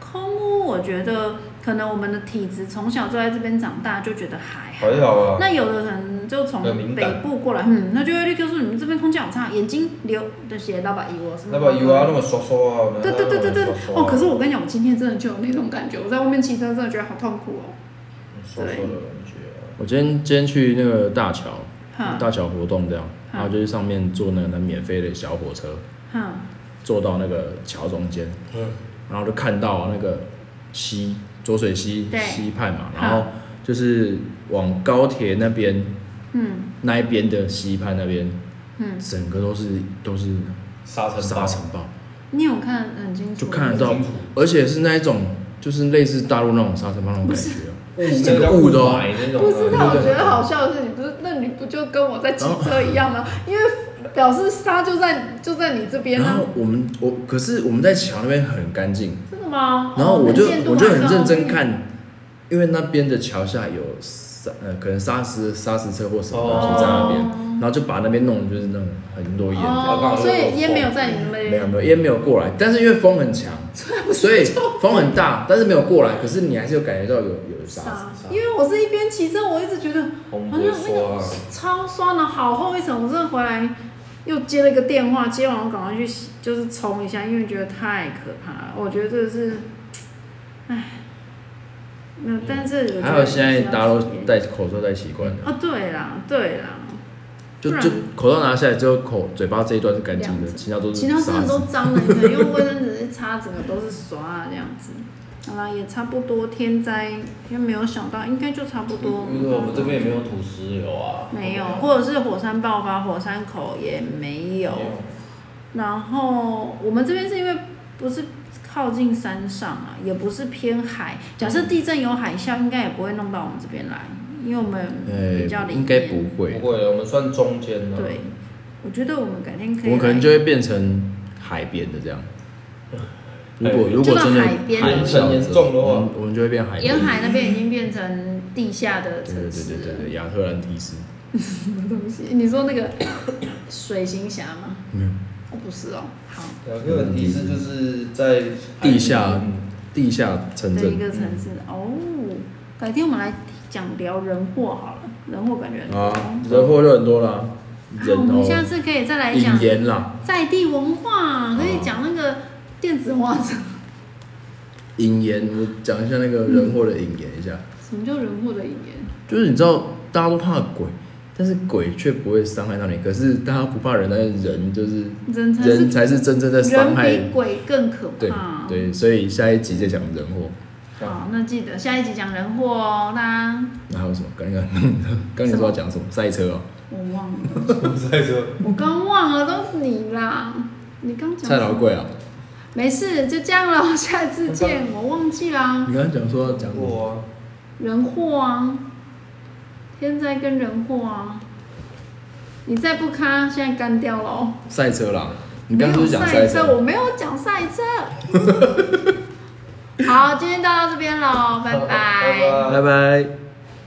Speaker 2: 空屋，我觉得可能我们的体质从小就在这边长大，就觉得还好。
Speaker 3: 还好啊，
Speaker 2: 那有的人就从
Speaker 3: 很敏
Speaker 2: 北
Speaker 3: 感
Speaker 2: 部过来，嗯，那就会立刻说你们这边空气好差，眼睛流的血，老板以我什么？
Speaker 3: 那把油啊，那么刷刷啊，
Speaker 2: 对对对对对
Speaker 3: 那么刷，刷
Speaker 2: 哦，可是我跟你讲，我今天真的就有那种感觉，我在外面骑车真的觉得好痛苦哦。
Speaker 3: 刷刷的感觉啊。
Speaker 1: 我今天今天去那个大桥，
Speaker 2: 哼
Speaker 1: 大桥活动这样，
Speaker 2: 嗯
Speaker 1: 然后就去上面坐那个免费的小火车，
Speaker 2: 哼，
Speaker 1: 坐到那个桥中间，
Speaker 3: 嗯
Speaker 1: 然后就看到那个溪浊水溪
Speaker 2: 对
Speaker 1: 溪畔嘛，
Speaker 2: 嗯
Speaker 1: 然后就是往高铁那边
Speaker 2: 嗯
Speaker 1: 那一边的溪畔那边，
Speaker 2: 嗯，
Speaker 1: 整个都是都是
Speaker 3: 沙尘
Speaker 1: 沙尘暴，
Speaker 2: 你有看得很清楚？
Speaker 1: 就看得
Speaker 3: 很
Speaker 1: 到
Speaker 3: 清楚，
Speaker 1: 而且是那一种就是类似大陆那种沙尘暴那种感觉啊，
Speaker 3: 是
Speaker 1: 整个雾的哦
Speaker 3: 那种啊
Speaker 2: 不知道，我觉
Speaker 3: 对对对
Speaker 2: 得好笑的是，你不是那你不就跟我在骑车一样吗？因为表示沙就在就在你这边
Speaker 1: 然
Speaker 2: 啊
Speaker 1: 后，我们我可是我们在桥那边很干净，
Speaker 2: 真的吗？
Speaker 1: 然后我就我就很认真
Speaker 2: 哦，
Speaker 1: 看，因为那边的桥下有沙呃可能砂石砂石车或什么东
Speaker 3: 哦
Speaker 1: 西在那边，然后就把那边弄得就是那种很多烟这样，
Speaker 2: 哦，所以烟没有在你那
Speaker 1: 没有
Speaker 2: 边，
Speaker 1: 没有烟没有过来，但是因为风很 强，所以风很大，但是没有过来，可是你还是有感觉到有有沙子。
Speaker 2: 沙，因为我是一边骑车，我一直觉得
Speaker 3: 我们
Speaker 2: 好
Speaker 3: 不
Speaker 2: 像
Speaker 3: 会
Speaker 2: 那
Speaker 3: 说
Speaker 2: 个
Speaker 3: 啊，
Speaker 2: 超酸的，好厚一层。我真的回来又接了一个电话，接完我赶快去洗就是冲一下，因为觉得太可怕了。我觉得这是，唉，没有，但是我觉得
Speaker 1: 还有现在
Speaker 2: 也是要
Speaker 1: 大家都
Speaker 2: 体验
Speaker 1: 戴口罩戴习惯了，
Speaker 2: 啊，对啦，对啦，
Speaker 1: 就
Speaker 2: 不然
Speaker 1: 就口罩拿下来之后，口嘴巴这一段是干净
Speaker 2: 嗯这
Speaker 1: 的，
Speaker 2: 样子
Speaker 1: 其他都是
Speaker 2: 其他真
Speaker 1: 沙
Speaker 2: 的都
Speaker 1: 子。
Speaker 2: 脏了，你可能用卫生纸一擦，整个都是刷这样子。好啦，也差不多，天灾又没有想到，应该就差不多。
Speaker 3: 因为我们这边也没有土石流啊，
Speaker 2: 没有，或者是火山爆发，火山口也没有。然后我们这边是因为不是靠近山上啊，也不是偏海。假设地震有海啸，应该也不会弄到我们这边来，因为我们比较
Speaker 1: 呃，
Speaker 2: 里面。
Speaker 1: 应该不会，
Speaker 3: 不会，我们算中间的。
Speaker 2: 对，我觉得我们改天可
Speaker 1: 我
Speaker 2: 以来。
Speaker 1: 们可能就会变成海边的这样。
Speaker 3: 嗯
Speaker 1: 如果如果真的
Speaker 2: 海边
Speaker 1: 海啸
Speaker 3: 很严哎重的话
Speaker 1: 我们我们就会变海边
Speaker 2: 沿。海那边已经变成地下的
Speaker 1: 对对
Speaker 2: 城
Speaker 1: 对
Speaker 2: 市
Speaker 1: 对
Speaker 2: 了。
Speaker 1: 对对，亚特兰蒂斯。
Speaker 2: 什么东西？你说那个 水行侠吗？
Speaker 1: 没有
Speaker 2: 哦，不是哦，好
Speaker 3: 两个人意思就是在海
Speaker 1: 地下
Speaker 3: 里面
Speaker 1: 地下城
Speaker 2: 的一
Speaker 1: 镇
Speaker 2: 个城市哦。改天我们来讲聊人祸好了，人祸感觉很多。
Speaker 1: 啊，人祸就很多啦，
Speaker 2: 啊我
Speaker 1: 人
Speaker 2: 们下
Speaker 1: 哦，
Speaker 2: 次可以再来讲
Speaker 1: 引言啊啦，
Speaker 2: 在地文化，可以讲那个电子化城。
Speaker 1: 引言，我讲一下那个人祸的引言一下，
Speaker 2: 什么叫人祸的语言？
Speaker 1: 就是你知道大家都怕鬼，但是鬼却不会伤害到你，可是大家不怕人，但是人就是
Speaker 2: 人才
Speaker 1: 人
Speaker 2: 是
Speaker 1: 才是真正在伤害，
Speaker 2: 人比啊鬼更可
Speaker 1: 对
Speaker 2: 怕。
Speaker 1: 对，所以下一集再讲人祸，
Speaker 2: 好，那记得下一集讲人祸哦。那
Speaker 1: 那还有什么？刚刚刚你说要讲什么？赛车哦，
Speaker 2: 我忘了，
Speaker 3: 在这
Speaker 1: 嗯
Speaker 2: 我刚忘了，都是你啦。你刚讲
Speaker 1: 蔡老
Speaker 2: 什么
Speaker 1: 贵啊，
Speaker 2: 没事，就这样了， 下次见。我忘记啦，
Speaker 1: 你刚刚讲说要讲什么？
Speaker 3: 过啊，
Speaker 2: 人祸啊，天灾跟人祸啊。你再不咔，现在干掉了哦。
Speaker 1: 赛车啦，你刚刚是不是讲
Speaker 2: 没有赛
Speaker 1: 车
Speaker 2: 我，没有讲赛 车。好，今天到这边喽，拜拜
Speaker 3: 拜拜
Speaker 1: 拜拜。